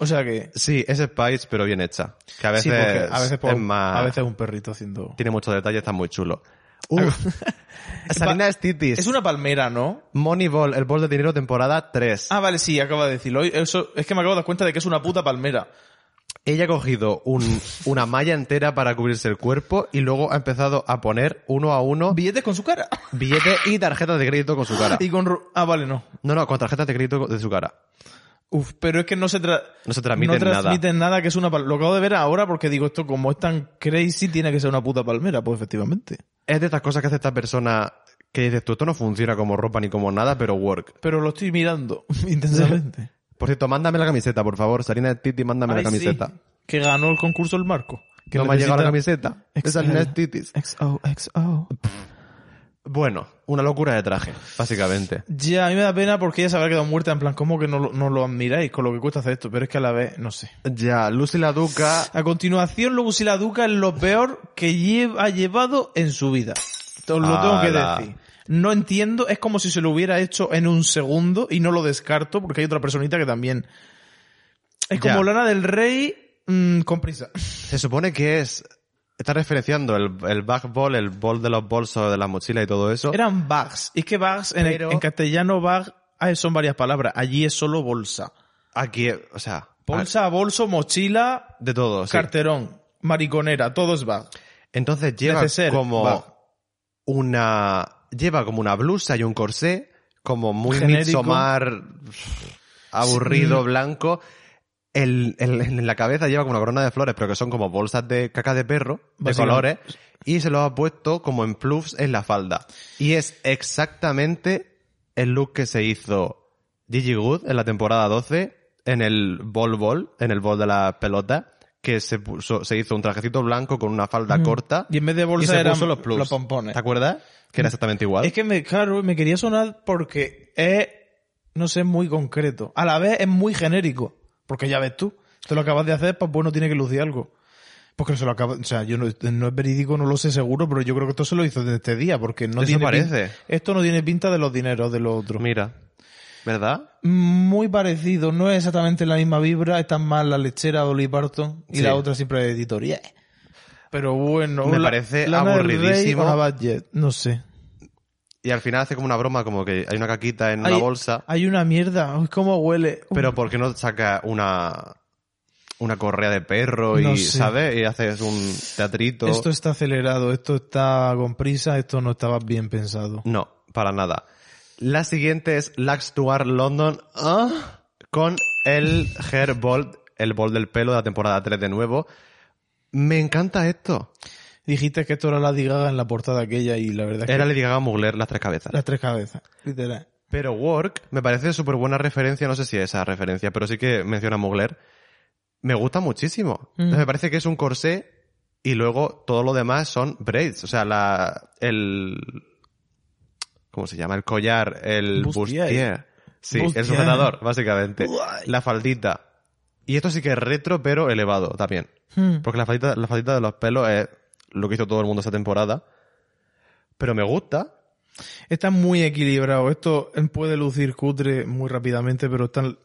S6: O sea que...
S5: Sí, es Spice, pero bien hecha. Que a veces,
S6: sí, porque a veces, por-
S5: es más...
S6: a veces un perrito haciendo...
S5: Tiene muchos detalles, está muy chulo. Uh. (laughs) Sarina Stitis.
S6: Es una palmera, ¿no?
S5: Money Ball, el bol de dinero, temporada 3.
S6: Ah, vale, sí, acaba de decirlo. Eso, es que me acabo de dar cuenta de que es una puta palmera.
S5: Ella ha cogido un- una malla entera para cubrirse el cuerpo y luego ha empezado a poner uno a uno
S6: Billetes con su cara.
S5: billetes y tarjetas de crédito con su cara.
S6: Y con... ro- Ah, vale, no.
S5: No, no, con tarjetas de crédito de su cara.
S6: Uf, pero es que no se, tra-
S5: No se transmiten
S6: no
S5: nada.
S6: transmiten nada. que es una pal- Lo acabo de ver ahora porque digo, esto como es tan crazy, tiene que ser una puta palmera. Pues efectivamente.
S5: Es de estas cosas que hace esta persona que dices tú, esto no funciona como ropa ni como nada, pero work.
S6: Pero lo estoy mirando (laughs) intensamente.
S5: Por cierto, mándame la camiseta, por favor. Sarina Titi, mándame
S6: Ay,
S5: la
S6: sí,
S5: camiseta.
S6: que ganó el concurso el Marco. Que
S5: no me ha llegado la
S6: necesita-
S5: camiseta. Es
S6: Excel.
S5: Sarina Titis.
S6: XO, XO.
S5: Bueno, una locura de traje, básicamente.
S6: Ya, a mí me da pena porque ella se habrá quedado muerta. En plan, ¿cómo que no lo, no lo admiráis con lo que cuesta hacer esto? Pero es que a la vez, no sé.
S5: Ya, Lucy la Duca.
S6: A continuación, luego si la Duca es lo peor que lle- ha llevado en su vida. Os lo tengo que
S5: Ala.
S6: decir. No entiendo, es como si se lo hubiera hecho en un segundo y no lo descarto porque hay otra personita que también. Es
S5: Ya.
S6: como Lana del Rey mm, con prisa.
S5: Se supone que es. Está referenciando el, el backball, el bol de los bolsos, de la mochila y todo eso.
S6: Eran bags. Y es que bags, en,
S5: Pero-
S6: en castellano bag ah, son varias palabras. Allí es solo bolsa.
S5: Aquí, o sea.
S6: Bolsa, bolso, mochila,
S5: a- De todo, Ah. sí.
S6: carterón, mariconera, todo es bag.
S5: Entonces lleva
S6: Neceser,
S5: como
S6: va.
S5: una. Lleva como una blusa y un corsé, como muy
S6: Genérico.
S5: midsomar, aburrido, blanco. El, el- en la cabeza lleva como una corona de flores, pero que son como bolsas de caca de perro, de colores,
S6: Básicamente.
S5: y se los ha puesto como en pluffs en la falda. Y es exactamente el look que se hizo Gigi Good en la temporada 12, en el bol bol, en el bol de la pelota, que se puso, se hizo un trajecito blanco con una falda corta.
S6: Y en vez de
S5: Y
S6: bolsa
S5: se
S6: eran
S5: puso los plus.
S6: pompones.
S5: ¿Te acuerdas? Que era exactamente igual.
S6: Es que me, claro, me quería sonar porque es, no sé, muy concreto. A la vez es muy genérico. Porque ya ves tú, te lo acabas de hacer, pues bueno, tiene que lucir algo. Porque se lo acaba, o sea, yo no, no es verídico, no lo sé seguro, pero yo creo que esto se lo hizo desde este día, porque no
S5: Eso
S6: tiene pin-
S5: parece. Pues
S6: esto no tiene pinta de los dineros de los otros.
S5: Mira. ¿Verdad?
S6: Muy parecido, no es exactamente la misma vibra, están más la lechera de Dolly Parton y
S5: Sí.
S6: la otra siempre de editorial. Pero bueno,
S5: Me
S6: la-
S5: parece
S6: Lana del Rey
S5: aburridísimo.
S6: o la Budget, no sé.
S5: Y al final hace como una broma, como que hay una caquita en una
S6: Hay-
S5: bolsa,
S6: Hay una mierda, uy, cómo huele. Uy,
S5: pero ¿por qué no saca una una correa de perro y,
S6: No sé.
S5: ¿sabes? Y haces un teatrito.
S6: Esto está acelerado, esto está con prisa, esto no estaba bien pensado.
S5: No, para nada. La siguiente es Lax Tuar London ¿ah? con el Hair Bold, el bol del pelo de la temporada 3 de nuevo. Me encanta esto.
S6: Dijiste que esto era la digaga en la portada aquella y la verdad es
S5: Era
S6: que
S5: Lady Gaga Mugler las tres cabezas.
S6: las tres cabezas, literal.
S5: Pero Work me parece súper buena referencia, no sé si esa referencia, pero sí que menciona Mugler. Me gusta muchísimo.
S6: Mm.
S5: Entonces, me parece que es un corsé y luego todo lo demás son braids. O sea, la, el, ¿cómo se llama? El collar, el
S6: Bustier.
S5: bustier. Sí,
S6: Bustier.
S5: el sujetador, básicamente. La faldita. Y esto sí que es retro, pero elevado también.
S6: Hmm.
S5: Porque la faldita, la faldita de los pelos es lo que hizo todo el mundo esta temporada. Pero me gusta.
S6: Está muy equilibrado. Esto puede lucir cutre muy rápidamente, pero están.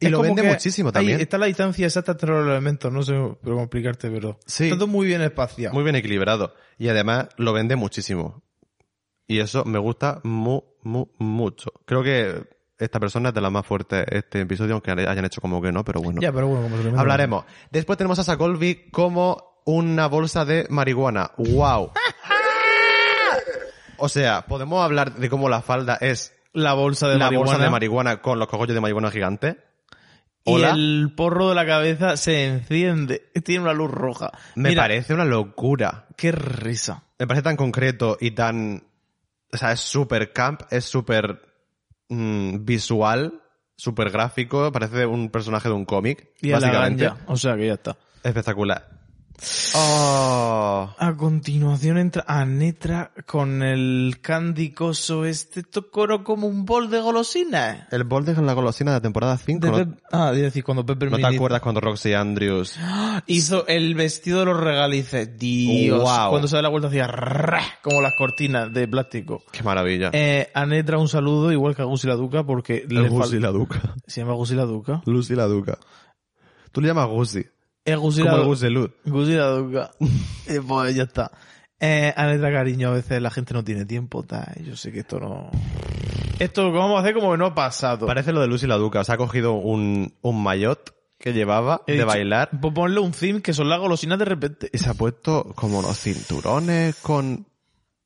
S5: Y lo
S6: como
S5: vende
S6: que
S5: muchísimo
S6: hay-
S5: también.
S6: está la distancia exacta entre los elementos, no sé cómo explicarte, pero.
S5: Sí.
S6: Está todo muy bien espaciado.
S5: Muy bien equilibrado. Y además lo vende muchísimo. Y eso me gusta mu, mu, mucho. Creo que esta persona es de las más fuertes este episodio, aunque hayan hecho como que no, pero bueno.
S6: Ya, pero bueno, como se lo
S5: Hablaremos. Después tenemos a Sacolvi como una bolsa de marihuana.
S6: (laughs)
S5: ¡Wow! o sea, podemos hablar de cómo la falda es
S6: La bolsa de
S5: la
S6: marihuana.
S5: bolsa de marihuana con los cogollos de marihuana gigante.
S6: Y
S5: Hola.
S6: el porro de la cabeza se enciende. Tiene una luz roja.
S5: Me
S6: Mira,
S5: parece una locura.
S6: Qué risa.
S5: Me parece tan concreto y tan... O sea, es súper camp, es súper mm, visual, súper gráfico, parece un personaje de un cómic,
S6: Y a la
S5: básicamente.
S6: ganja. O sea que ya está.
S5: Espectacular. Oh.
S6: A continuación entra Anetra con el candicoso este tocoro como un bol de golosina.
S5: El Boldes en la golosina de la temporada 5. ¿no?
S6: ah, es decir, cuando Pepper
S5: ¿No te
S6: Millie
S5: acuerdas cuando
S6: (gasps)
S5: Roxy Andrews?
S6: hizo el vestido de los regalices. Dios.
S5: Guau.
S6: Cuando se da la vuelta hacía ra, como las cortinas de plástico.
S5: ¡Qué maravilla!
S6: Eh, Anetra, un saludo, igual que a Gusi la Duca, porque le fal-
S5: Duca. (laughs)
S6: se llama Gusi la Duca.
S5: Lucy la Duca. Tú le llamas Gusi.
S6: Es Gusi la
S5: Como el
S6: Duca.
S5: Gusi Luz.
S6: Gucci la Duca.
S5: (laughs)
S6: Eh, pues ya está. Eh, Aneta, cariño, a veces la gente no tiene tiempo, tal. Yo sé que esto no. Esto lo vamos a hacer como que no ha pasado.
S5: Parece lo de Lucy la Duca. O sea, ha cogido un, un maillot que llevaba
S6: He
S5: de
S6: dicho,
S5: bailar
S6: Pues ponle un theme que son las golosinas de repente.
S5: y se ha puesto como unos cinturones con...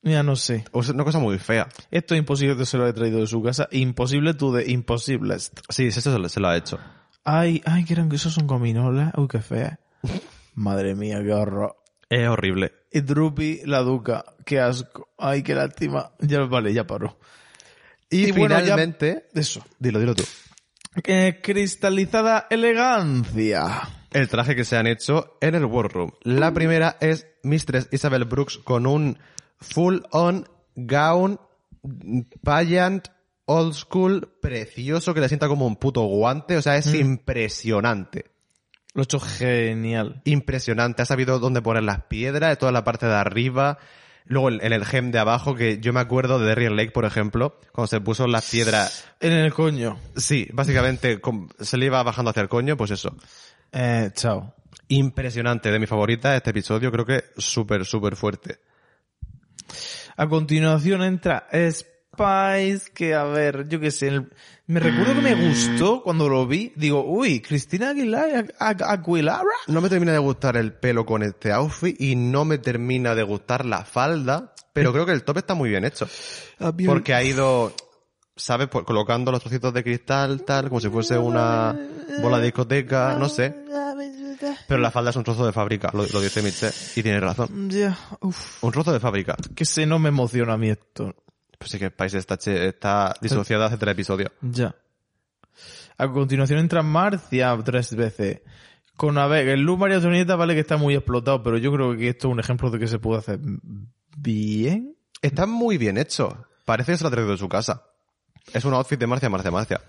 S6: Mira, no sé.
S5: o sea, una cosa muy fea.
S6: Esto es imposible que se lo haya traído de su casa. Imposible tú de imposibles.
S5: Sí, eso se lo, se lo ha hecho.
S6: Ay, ay, que eran que esos son gominolas. Uy, qué
S5: (laughs)
S6: fea. Madre mía, qué horror.
S5: Es horrible.
S6: Y Drupi, la duca. Qué asco. Ay, qué lástima. Ya, vale, ya paró.
S5: Y,
S6: bueno, ya-
S5: finalmente...
S6: Eso.
S5: Dilo, dilo tú.
S6: Eh, cristalizada elegancia.
S5: el traje que se han hecho en el War Room. La primera es Mistress Isabel Brooks con un full-on gown pageant old school precioso que le sienta como un puto guante. O sea, es impresionante.
S6: Lo he hecho genial.
S5: Impresionante. Ha sabido dónde poner las piedras, toda la parte de arriba. Luego en en el gem de abajo, que yo me acuerdo de Darien Lake, por ejemplo, cuando se puso las piedras.
S6: En el coño.
S5: Sí, básicamente com- se le iba bajando hacia el coño, pues eso.
S6: Eh, chao.
S5: impresionante, de mi favorita este episodio, creo que súper, súper fuerte.
S6: A continuación entra Spice, que a ver, yo qué sé. el- Me recuerdo que me gustó cuando lo vi. Digo, uy, Cristina Aguilar, A- A- Aguilera.
S5: No me termina de gustar el pelo con este outfit y no me termina de gustar la falda, pero creo que el top está muy bien hecho. Porque ha ido, ¿sabes? Pues colocando los trocitos de cristal, tal, como si fuese una bola de discoteca, no sé. Pero la falda es un trozo de fábrica, lo, lo dice Mitchell, y tiene razón.
S6: Ya, uf.
S5: Un trozo de fábrica.
S6: Que se no me emociona a mí esto.
S5: Pues sí que Spice está, che- está disociada hace tres episodios.
S6: Ya. A continuación entra Marcia tres veces. Con, a ver, el Luz María Antonieta vale que está muy explotado, pero yo creo que esto es un ejemplo de que se puede hacer bien.
S5: Está muy bien hecho. Parece que se lo ha traído de su casa. Es un outfit de Marcia, Marcia, Marcia.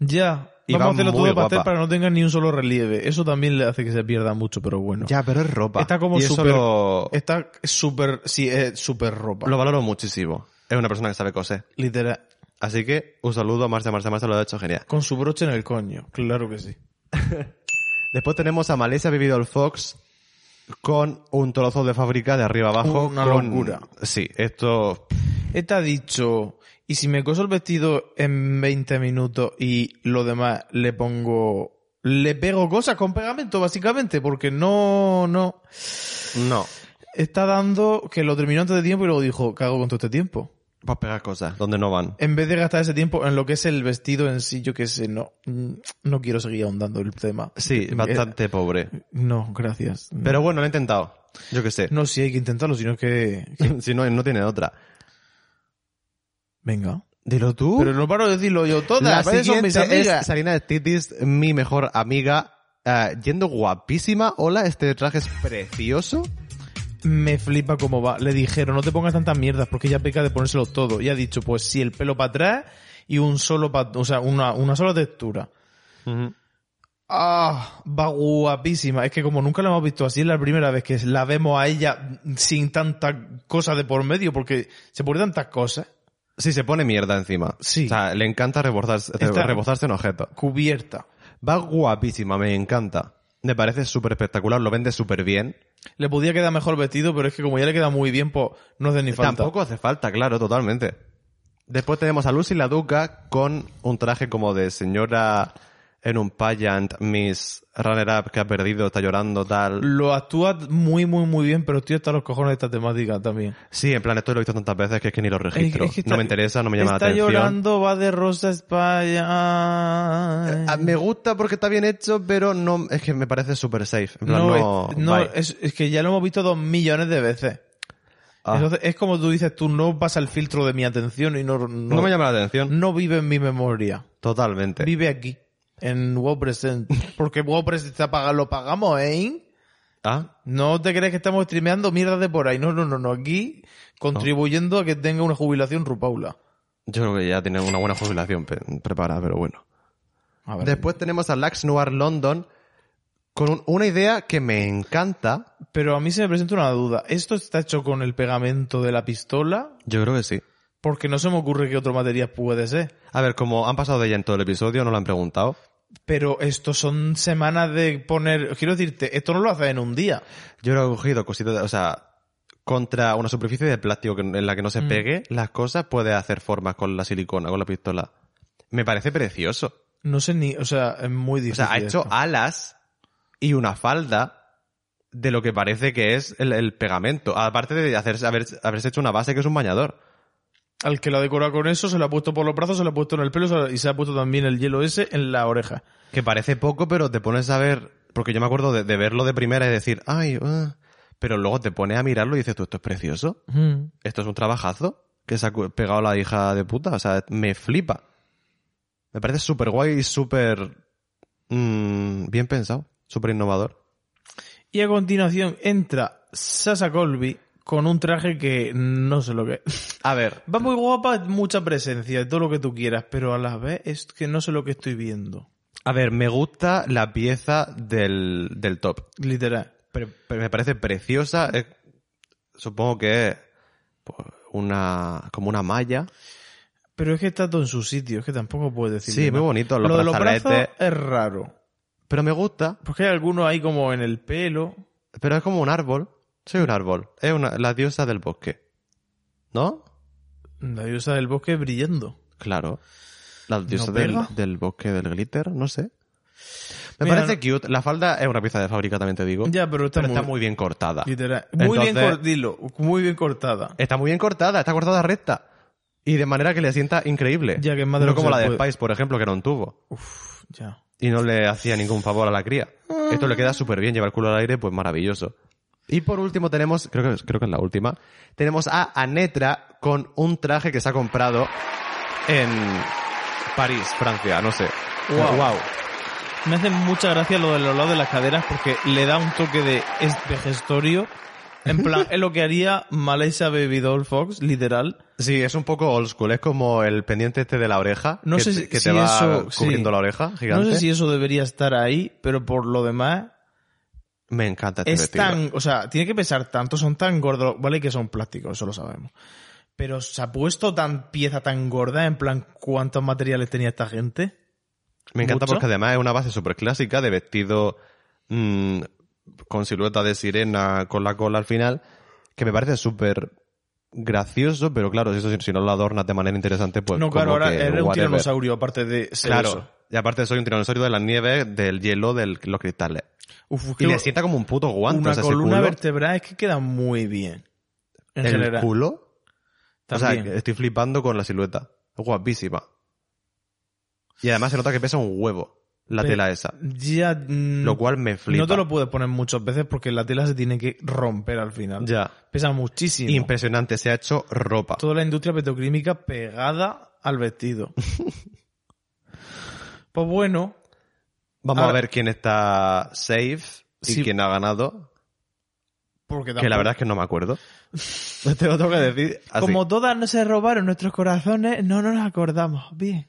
S6: Ya.
S5: Y
S6: vamos
S5: va
S6: a hacerlo
S5: muy
S6: todo para
S5: guapa.
S6: hacer para que no tenga ni un solo relieve. Eso también le hace que se pierda mucho, pero bueno.
S5: Ya, pero es ropa.
S6: Está como
S5: Y eso
S6: súper-
S5: lo,
S6: Está súper, sí, es súper ropa.
S5: lo valoro muchísimo. Es una persona que sabe coser.
S6: Literal.
S5: Así que un saludo a Marcia, Marcia, Marcia, lo ha hecho genial.
S6: Con su broche en el coño. Claro que sí.
S5: Después tenemos a Malaysia Vivido el Fox con un trozo de fábrica de arriba abajo.
S6: Una
S5: con-
S6: locura.
S5: Sí, esto...
S6: Esta ha dicho, y si me coso el vestido en 20 minutos y lo demás le pongo... Le pego cosas con pegamento, básicamente, porque no, no.
S5: No.
S6: Está dando que lo terminó antes de tiempo y luego dijo, ¿qué hago con todo este tiempo?
S5: Para pegar cosas. Donde no van.
S6: en vez de gastar ese tiempo en lo que es el vestido en sí, yo que sé, no, mm, no quiero seguir ahondando el tema.
S5: Sí,
S6: Eh,
S5: bastante pobre.
S6: no, gracias.
S5: Pero bueno, lo he intentado. Yo qué sé. (laughs)
S6: no, si hay que intentarlo, sino que...
S5: si no, no tiene otra.
S6: Venga.
S5: Dilo tú.
S6: Pero no paro de decirlo yo
S5: Uh. La
S6: todas. ¿vale? Son mis
S5: siguiente
S6: amigas.
S5: es Sarina de Titis, mi mejor amiga, eh, yendo guapísima. Hola, este traje es precioso.
S6: Me flipa cómo va. Le dijeron, no te pongas tantas mierdas porque ella peca de ponérselo todo. Y ha dicho, pues sí, el pelo para atrás y un solo pa- o sea, una, una sola textura. Ah, va guapísima. Es que como nunca la hemos visto así, es la primera vez que la vemos a ella sin tanta cosa de por medio porque se pone tantas cosas.
S5: Sí, se pone mierda encima.
S6: Sí.
S5: O sea, le encanta rebozarse,
S6: Está-
S5: rebozarse en objetos.
S6: Cubierta.
S5: Va guapísima, me encanta. Me parece súper espectacular, lo vende súper bien.
S6: Le podía quedar mejor vestido, pero es que como ya le queda muy bien, pues no hace ni falta.
S5: Tampoco hace falta, claro, totalmente. Después tenemos a Lucy la Duca con un traje como de señora en un pageant, Miss Runner Up que ha perdido, está llorando, tal.
S6: Lo actúa muy, muy, muy bien, pero estoy hasta los cojones de esta temática también.
S5: Sí, en plan, esto lo he visto tantas veces que es que ni lo registro.
S6: Es que está-
S5: no me interesa, no me llama la
S6: está
S5: atención.
S6: llorando, va de rosa a España.
S5: Ah, Me gusta porque está bien hecho, pero no, es que me parece súper safe. En plan,
S6: no,
S5: no,
S6: es, no,
S5: bye.
S6: es, es que ya lo hemos visto dos millones de veces.
S5: Ah,
S6: Entonces, es como tú dices, tú no pasa el filtro de mi atención y no, no,
S5: no me llama la atención.
S6: no vive en mi memoria.
S5: Totalmente.
S6: Vive aquí, en WordPress. Porque WordPress está pag- lo pagamos, ¿eh?
S5: Ah,
S6: No te crees que estamos streameando mierdas de por ahí. No, no, no, no. Aquí contribuyendo a que tenga una jubilación Rupaula.
S5: yo creo que ya tiene una buena jubilación pe- preparada, pero bueno.
S6: A ver.
S5: Después tenemos a Lax Noir London con un- una idea que me encanta.
S6: Pero a mí se me presenta una duda. ¿Esto está hecho con el pegamento de la pistola?
S5: Yo creo que sí.
S6: Porque no se me ocurre qué otro material puede ser.
S5: A ver, como han pasado de ella en todo el episodio, no lo han preguntado.
S6: Pero esto son semanas de poner... Quiero decirte, esto no lo haces en un día.
S5: Yo lo he cogido cositas, de- o sea, contra una superficie de plástico que- en la que no se
S6: Mm.
S5: pegue, las cosas puede hacer formas con la silicona, con la pistola. Me parece precioso.
S6: No sé ni... O sea, es muy
S5: O
S6: difícil.
S5: sea, ha hecho
S6: esto.
S5: alas y una falda de lo que parece que es el, el pegamento. Aparte de hacerse, haber- haberse hecho una base que es un bañador.
S6: Al que la decora con eso, se lo ha puesto por los brazos, se lo ha puesto en el pelo se lo- y se ha puesto también el hielo ese en la oreja.
S5: Que parece poco, pero te pones a ver. Porque yo me acuerdo de, de verlo de primera y decir, ay, ah", pero luego te pones a mirarlo y dices, tú, esto es precioso. Esto es un trabajazo que se ha cu- pegado la hija de puta. O sea, me flipa. Me parece súper guay y súper. mm, bien pensado. Súper innovador.
S6: Y a continuación entra Sasa Colby con un traje que no sé lo que es.
S5: A ver,
S6: Va muy guapa, mucha presencia, todo lo que tú quieras, pero a la vez es que no sé lo que estoy viendo.
S5: a ver, me gusta la pieza del, del top.
S6: Literal.
S5: Pre- pre- me parece preciosa. eh, supongo que es pues, una. como una malla.
S6: Pero es que está todo en su sitio, es que tampoco puedes decir.
S5: Sí, muy bonito. Los
S6: lo de los
S5: brazaletes.
S6: brazos es raro.
S5: Pero me gusta.
S6: Porque hay algunos ahí como en el pelo.
S5: Pero es como un árbol. Soy un árbol. Es una, la diosa del bosque. ¿No?
S6: La diosa del bosque brillando.
S5: Claro. La diosa
S6: pega?
S5: del, del bosque del glitter, no sé. Me
S6: Mira,
S5: parece cute. La falda es una pieza de fábrica, también te digo.
S6: Ya, pero está,
S5: pero
S6: muy,
S5: está muy bien cortada.
S6: Literal. Muy bien
S5: Entonces-
S6: cor- dilo, muy bien cortada.
S5: Está muy bien cortada, está cortada recta. Y de manera que le sienta increíble.
S6: Ya, que es más de
S5: eh, no
S6: lo que
S5: como
S6: se
S5: la de
S6: puede.
S5: Spice, por ejemplo, que era un tubo.
S6: Uf, ya.
S5: Y no le hacía ningún favor a la cría. Esto le queda súper bien, lleva el culo al aire, pues maravilloso. Y por último tenemos, creo que, es- creo que es la última, tenemos a Anetra con un traje que se ha comprado en París, Francia, no sé.
S6: Guau.
S5: Guau.
S6: Me hace mucha gracia lo del olor de las caderas porque le da un toque de es- de gestorio. En plan, es lo que haría Malaysia Baby Doll Fox, literal.
S5: Sí, es un poco old school, es como el pendiente este de la oreja,
S6: No
S5: que,
S6: sé si-
S5: que te
S6: si
S5: va
S6: eso-
S5: cubriendo
S6: sí.
S5: la oreja gigante.
S6: No sé si eso debería estar ahí, pero por lo demás
S5: Me encanta este
S6: es
S5: vestido.
S6: tan, o sea, tiene que pesar tanto, son tan gordos, vale que son plásticos, eso lo sabemos. Pero se ha puesto tan pieza tan gorda, en plan, ¿cuántos materiales tenía esta gente?
S5: Me encanta
S6: mucho.
S5: porque además es una base súper clásica de vestido mm, con silueta de sirena con la cola al final, que me parece súper gracioso, pero claro, si, eso, si- si no lo adornas de manera interesante, pues...
S6: no, claro,
S5: como
S6: ahora
S5: que
S6: era un
S5: whatever.
S6: tiranosaurio, aparte de ser
S5: Claro.
S6: eso.
S5: Y aparte soy un tiranosaurio de las nieves, del hielo, de los cristales.
S6: Uf,
S5: Y
S6: que
S5: le sienta como un puto guante.
S6: una
S5: o sea, ese
S6: columna
S5: culo,
S6: vertebral es que queda muy bien. En
S5: el
S6: general.
S5: culo
S6: También.
S5: O sea, estoy flipando con la silueta. Es guapísima. Y además se nota que pesa un huevo la
S6: Pero-
S5: tela esa.
S6: ya mm,
S5: Lo cual me flipa.
S6: no te lo puedes poner muchas veces porque la tela se tiene que romper al final.
S5: Ya.
S6: Pesa muchísimo.
S5: Impresionante. Se ha hecho ropa.
S6: Toda la industria petroquímica pegada al
S5: (laughs)
S6: vestido. pues bueno,
S5: Vamos a
S6: Ahora-
S5: ver quién está safe y
S6: Sí.
S5: quién ha ganado,
S6: porque
S5: que la
S6: tampoco-
S5: verdad es que no me acuerdo.
S6: (laughs) Te lo tengo que decir.
S5: así.
S6: Como todas no se robaron nuestros corazones, no nos acordamos. Bien.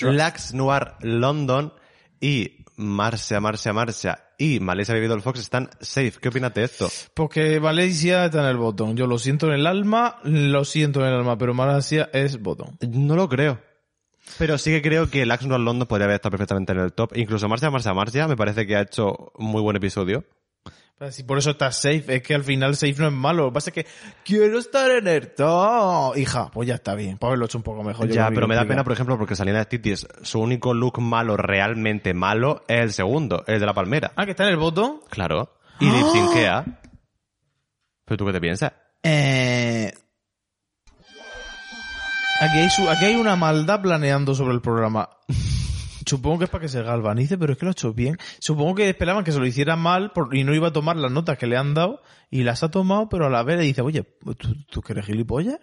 S5: Lax Noir London y Marcia, Marcia, Marcia y Malaysia Baby Doll Fox están safe. ¿Qué opinas de esto?
S6: Porque Valencia está en el botón. Yo lo siento en el alma, lo siento en el alma, pero Malasia es botón.
S5: No lo creo. Pero sí que creo que Lax Noir London podría haber estado perfectamente en el top. Incluso Marcia, Marcia, Marcia me parece que ha hecho un muy buen episodio.
S6: Pero Si por eso está safe, es que al final safe no es malo. Lo que pasa es que quiero estar en el top. Hija, pues ya está bien. Para haberlo hecho un poco mejor. yo
S5: ya,
S6: lo
S5: pero me da
S6: digo.
S5: pena, por ejemplo, porque Salina de Titis, su único look malo, realmente malo, es el segundo, el de la palmera.
S6: Ah, que está en el botón.
S5: Claro. Y Deep
S6: ¡Ah!
S5: Sinkea. ¿Pero tú qué te piensas?
S6: Eh... Aquí, hay su- aquí hay una maldad planeando sobre el programa. (laughs) Supongo que es para que se galvanice, pero es que lo ha hecho bien. Supongo que esperaban que se lo hiciera mal por- y no iba a tomar las notas que le han dado y las ha tomado, pero a la vez le dice, oye, ¿tú, tú que eres gilipollas?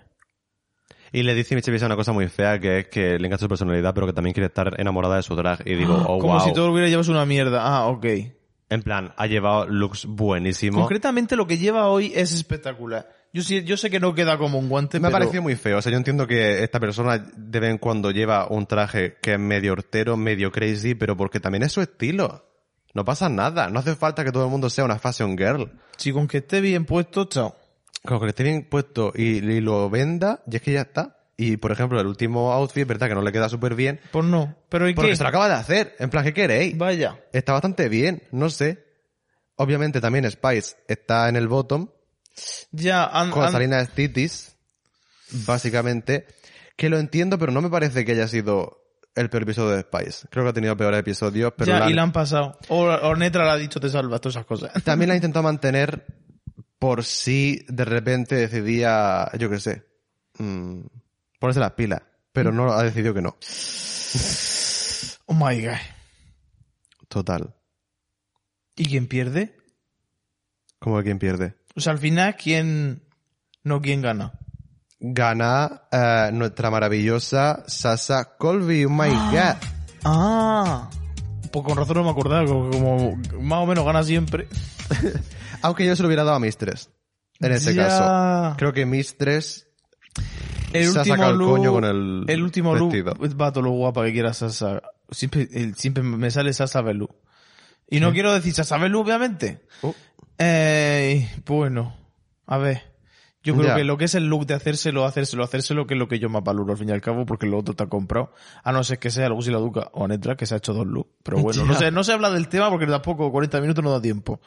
S5: Y le dice Michi Pisa una cosa muy fea, que es que le encanta su personalidad, pero que también quiere estar enamorada de su drag. Y digo, oh,
S6: Ah, Como
S5: wow.
S6: si todo lo hubiera llevado es una mierda. Ah, ok.
S5: En plan, ha llevado looks buenísimos.
S6: Concretamente lo que lleva hoy es espectacular. Yo, sí- yo sé que no queda como un guante,
S5: Me ha
S6: pero-
S5: parecido muy feo. O sea, yo entiendo que esta persona de vez en cuando lleva un traje que es medio hortero, medio crazy, pero porque también es su estilo. No pasa nada. No hace falta que todo el mundo sea una fashion girl.
S6: Si con que esté bien puesto, chao.
S5: Con que esté bien puesto y, y lo venda, y es que ya está. Y, por ejemplo, el último outfit, es verdad que no le queda súper bien,
S6: Pues no. Pero ¿y
S5: porque
S6: qué?
S5: se lo acaba de hacer. En plan, ¿qué queréis?
S6: Vaya.
S5: Está bastante bien, no sé. Obviamente también Spice está en el bottom,
S6: Ya, han-
S5: con
S6: han-
S5: Salina Stitis, básicamente. Que lo entiendo, pero no me parece que haya sido el peor episodio de Spice. Creo que ha tenido peores episodios, pero
S6: ya,
S5: la-
S6: y la han pasado. O, o Netra le ha dicho te salvas, todas esas cosas.
S5: también la he intentado mantener por si de repente decidía, yo qué sé, mm, ponerse las pilas. Pero no ha decidido que no.
S6: Oh my god.
S5: Total.
S6: ¿Y quién pierde?
S5: Como que quien pierde.
S6: O sea, al final, ¿quién. No, ¿quién gana?
S5: Gana eh, nuestra maravillosa Sasa Colby. Oh my god.
S6: Ah. Pues con razón no me acordaba, como, como más o menos gana siempre.
S5: Aunque yo se lo hubiera dado a Mistress. En ese
S6: Ya.
S5: caso. Creo que Mistress
S6: el
S5: se ha
S6: último
S5: sacado el
S6: look-
S5: coño con el
S6: el último look
S5: vestido.
S6: va todo lo guapa que quiera Sasa. Siempre, el- siempre me sale Sasa Belú. Y no quiero decir Sasa Belú, obviamente.
S5: Oh.
S6: Eh, bueno, a ver. Yo creo
S5: Ya.
S6: que lo que es el look de hacérselo, hacérselo, hacérselo, que es lo que yo más valoro al fin y al cabo, porque lo otro está comprado. A no ser que sea algo si la Duca o Netra, que se ha hecho dos looks. Pero bueno, no
S5: Ya.
S6: se, no se habla del tema porque tampoco 40 minutos no da tiempo.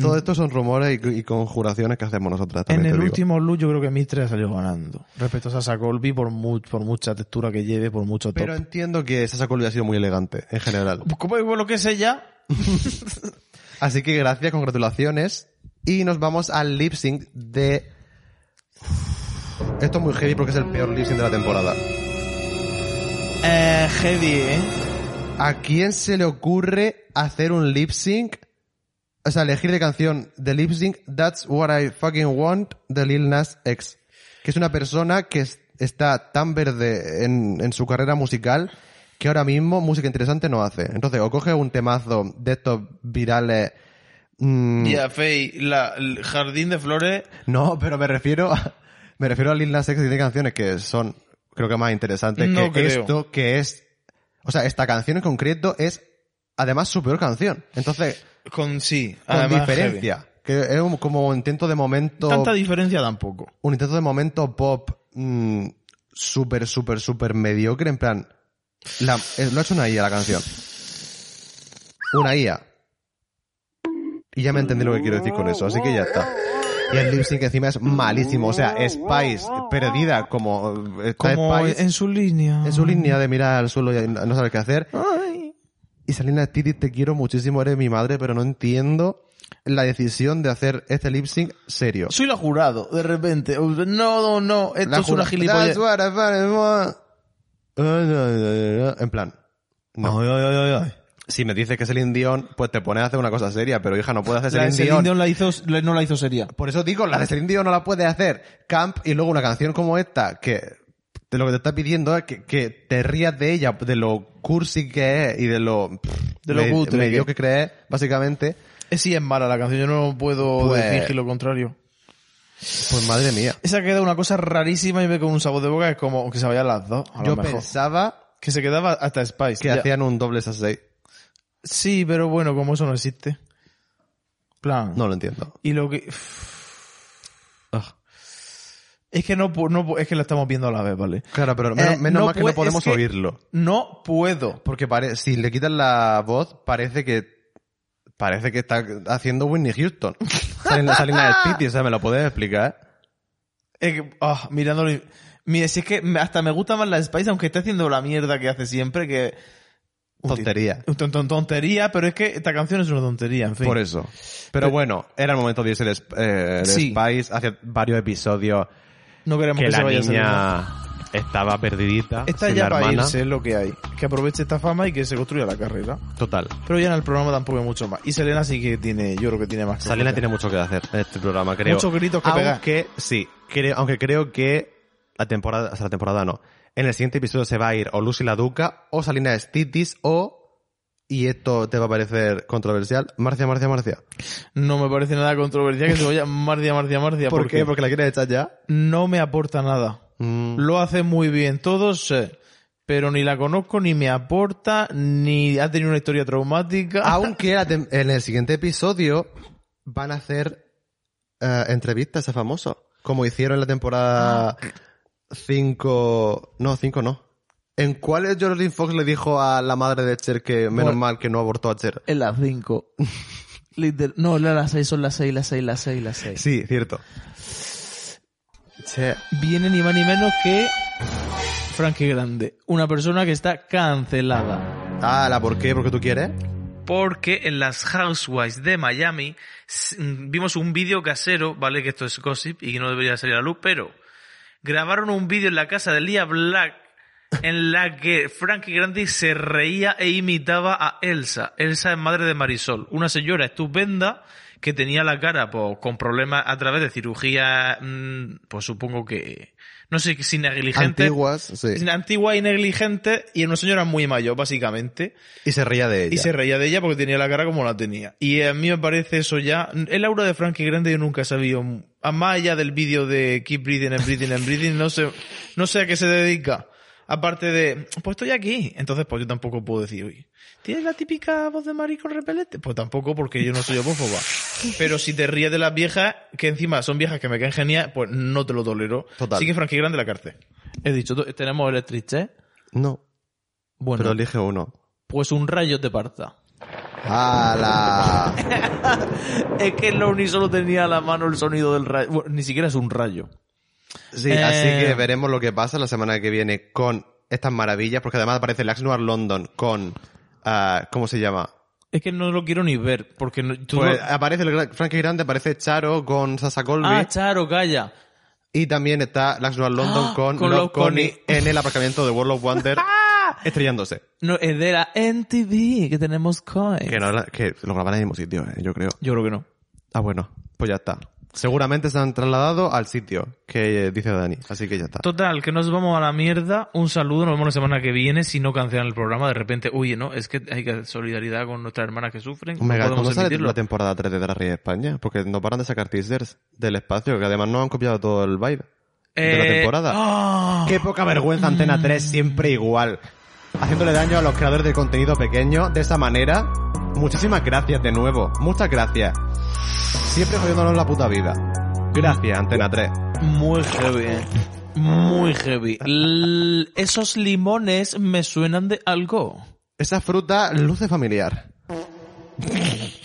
S5: Todo esto son rumores y, y conjuraciones que hacemos nosotras también.
S6: en
S5: te
S6: el
S5: digo.
S6: último look yo creo que Mitre ha salido ganando. Respecto a Sasa Colby, por, mu- por mucha textura que lleve, por mucho top.
S5: Pero entiendo que Sasa Colby ha sido muy elegante en general.
S6: Pues como digo lo que es ella,
S5: Así que gracias, congratulaciones. Y nos vamos al lip sync de. Esto es muy heavy porque es el peor lip sync de la temporada.
S6: eh, heavy, ¿eh?
S5: ¿A quién se le ocurre hacer un lip sync? O sea, elegir de canción de lip sync That's What I Fucking Want de Lil Nas X. Que es una persona que es- está tan verde en, en su carrera musical que ahora mismo música interesante no hace. Entonces, o coge un temazo de estos virales. mm,
S6: Y a Faye, la, el jardín de flores,
S5: No, pero me refiero a, me refiero a Lil Nas X que tiene canciones que son, creo que más interesantes
S6: No
S5: que
S6: creo.
S5: esto, que es, o sea, esta canción en concreto es, además, su peor canción. Entonces,
S6: con sí,
S5: con
S6: además,
S5: diferencia, que es un- como un intento de momento,
S6: heavy. Tanta diferencia tampoco.
S5: un intento de momento pop, mm, súper, súper, súper mediocre, en plan, la- eh, lo ha hecho una IA la canción. Una IA. Y ya me entendí lo que quiero decir con eso, así que ya está. Y el lip sync encima es malísimo. O sea, Spice perdida como eh, está
S6: Como
S5: Spice
S6: en su línea.
S5: en su línea de mirar al suelo y no saber qué hacer.
S6: Ay.
S5: Y Salina Titi, te quiero muchísimo, eres mi madre, pero no entiendo la decisión de hacer este lip sync serio.
S6: Soy la jurado, de repente. No, no, no, esto
S5: La
S6: es una
S5: jura-
S6: gilipollas.
S5: That's what I fucking want. En plan. no.
S6: Ay, ay, ay, ay, ay.
S5: si me dices que es el Indión, pues te pones a hacer una cosa seria, pero hija, no puedes hacer
S6: La de
S5: el
S6: Celine
S5: Indión.
S6: Dion la hizo, la- no la hizo seria.
S5: Por eso digo, la de Celine Dion no la puedes hacer. Camp y luego una canción como esta, que de lo que te está pidiendo es que, que te rías de ella, de lo cursi que es y de lo,
S6: De lo cutre que-
S5: medio que crees, básicamente.
S6: Eh, Sí, es mala la canción, yo no puedo
S5: Pues-
S6: decir lo contrario.
S5: Pues madre mía.
S6: Esa queda una cosa rarísima y me con un sabor de boca, es como que se vayan las dos, a
S5: Yo
S6: lo mejor.
S5: pensaba
S6: Que se quedaba hasta Spice.
S5: que
S6: ya.
S5: hacían un doble sasei.
S6: Sí, pero bueno, como eso no existe. Plan.
S5: No lo entiendo.
S6: Y lo que... (sighs) ah. Es que no, pu- no pu- es que lo estamos viendo a la vez, ¿vale?
S5: Claro, pero menos,
S6: Eh,
S5: menos
S6: no
S5: mal que
S6: pue-
S5: no podemos
S6: es que-
S5: oírlo.
S6: No puedo.
S5: Porque pare- si le quitan la voz, parece que parece que está haciendo Whitney Houston. Salina, Salina Spiti, o sea, me lo puedes explicar.
S6: Es que, ah, mirándolo... y- Mira, si es que me- hasta me gusta más la Spice, aunque esté haciendo la mierda que hace siempre, que...
S5: Tontería.
S6: Ton- ton- Tontería, pero es que esta canción es una tontería, en fin.
S5: Por eso. Pero bueno, era el momento de irse de, Sp- eh, de
S6: Sí.
S5: Spice hace varios episodios
S6: no queremos que,
S5: que
S6: se
S5: la
S6: vaya a
S5: niña estaba perdidita.
S6: Esta
S5: sin
S6: ya
S5: la
S6: para
S5: hermana.
S6: irse es lo que hay. Que aproveche esta fama y que se construya la carrera.
S5: Total.
S6: Pero ya en el programa tampoco hay mucho más. Y Selena sí que tiene, yo creo que tiene más. que
S5: Salena
S6: ofrecer.
S5: tiene mucho que hacer en este programa, creo.
S6: Muchos gritos que pegar.
S5: aunque, Sí, creo, aunque creo que la temporada, o sea, la temporada no. En el siguiente episodio se va a ir o Lucy la Duca, o Salina Stitis, o, y esto te va a parecer controversial, Marcia, Marcia, Marcia.
S6: No me parece nada controversial que se
S2: (laughs)
S6: vaya Marcia, Marcia, Marcia.
S5: ¿Por,
S6: porque
S5: qué? ¿Porque la quieres echar ya?
S6: no me aporta nada.
S5: Mm,
S6: Lo hace muy bien, todos sé. Pero ni la conozco, ni me aporta, ni ha tenido una historia traumática.
S5: Aunque la tem- en el siguiente episodio van a hacer eh, entrevistas a famosos, como hicieron en la temporada 5... No, 5 no. ¿En cuál Jordan Fox le dijo a la madre de Cher que menos
S6: Bueno.
S5: mal que no abortó a Cher?
S6: En las
S2: (laughs)
S6: 5.
S2: No, la- las 6 son las 6, las 6, las 6, las 6.
S5: Sí, cierto. Cher.
S6: Viene ni más ni menos que Frankie Grande. Una persona que está cancelada.
S5: Ah, ¿la por qué? ¿Porque tú quieres?
S6: porque en las Housewives de Miami s- mm, vimos un vídeo casero, ¿vale? Que esto es gossip y no debería salir a la luz, pero grabaron un vídeo en la casa de Lia Black en la que Frankie Grandi se reía e imitaba a Elsa. Elsa es madre de Marisol, una señora estupenda que tenía la cara pues, con problemas a través de cirugía, mm, pues supongo que, no sé si negligente.
S5: Antiguas, sí.
S6: Antigua y negligente, y era una señora muy mayor, básicamente.
S5: Y se reía de ella.
S6: Y se reía de ella porque tenía la cara como la tenía. Y a mí me parece eso ya. El aura de Frankie Grande yo nunca he sabido. A más allá del vídeo de Keep Breathing and Breathing and Breathing, no sé, no sé a qué se dedica. Aparte de, pues estoy aquí. Entonces, pues yo tampoco puedo decir, oye, ¿tienes la típica voz de maricón repelente? Pues tampoco, porque yo no soy homófoba. Pero si te ríes de las viejas, que encima son viejas que me caen genial, pues no te lo tolero.
S5: Total.
S6: Así que Frankie Grande la cárcel. He dicho, tenemos el triste.
S5: No,
S6: Bueno,
S5: pero elige uno.
S6: pues un rayo te parta.
S5: ¡Hala!
S6: Es que Lonnie solo tenía a la mano el sonido del rayo. Bueno, ni siquiera es un rayo.
S5: Sí,
S6: Eh.
S5: así que veremos lo que pasa la semana que viene con estas maravillas, porque además aparece el Axe Noir London con... ah, ¿Cómo se llama?
S6: Es que no lo quiero ni ver, porque no- tú
S5: Pues
S6: no-
S5: aparece el gran- Frankie Grande, aparece Charo con Sasa Colby
S6: Ah, Charo, calla.
S5: y también está Lax Noir London
S6: Ah,
S5: con,
S6: con
S5: Love
S6: Love
S5: Connie,
S6: Connie. Ah.
S5: en el aparcamiento de World of
S6: (laughs)
S5: Wonder estrellándose.
S6: No, es de la NTV, que tenemos coins.
S5: Que, no, la- que lo graban en el mismo sitio, eh, yo creo.
S6: Yo creo que no.
S5: Ah, bueno, pues ya está. Seguramente se han trasladado al sitio que eh, dice Dani, así que ya está.
S6: Total, que nos vamos a la mierda. Un saludo, nos vemos la semana que viene. Si no cancelan el programa, de repente, oye, no, es que hay que hacer solidaridad con nuestras hermanas que sufren. No
S5: Omega, ¿cuándo
S6: podemos
S5: sale
S6: emitirlo.
S5: la temporada 3 de Drarry España? Porque no paran de sacar teasers del espacio, que además no han copiado todo el vibe de la
S6: Eh,
S5: temporada.
S6: ah.
S5: Qué poca vergüenza Antena 3, siempre igual. Haciéndole daño a los creadores de contenido pequeño de esa manera. Muchísimas gracias de nuevo. Muchas gracias. Siempre jodiéndonos la puta vida. Gracias, Antena 3.
S6: Muy heavy, eh. Muy heavy. L- esos limones me suenan de algo.
S5: Esa fruta luce familiar.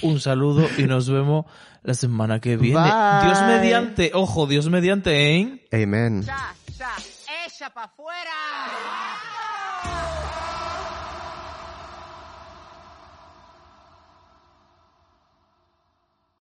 S6: Un saludo y nos vemos la semana que viene.
S5: Bye.
S6: Dios mediante, ojo, Dios mediante, ¿eh?
S5: Amen.
S2: ¡Sa, sa! ¡Ella pa' afuera!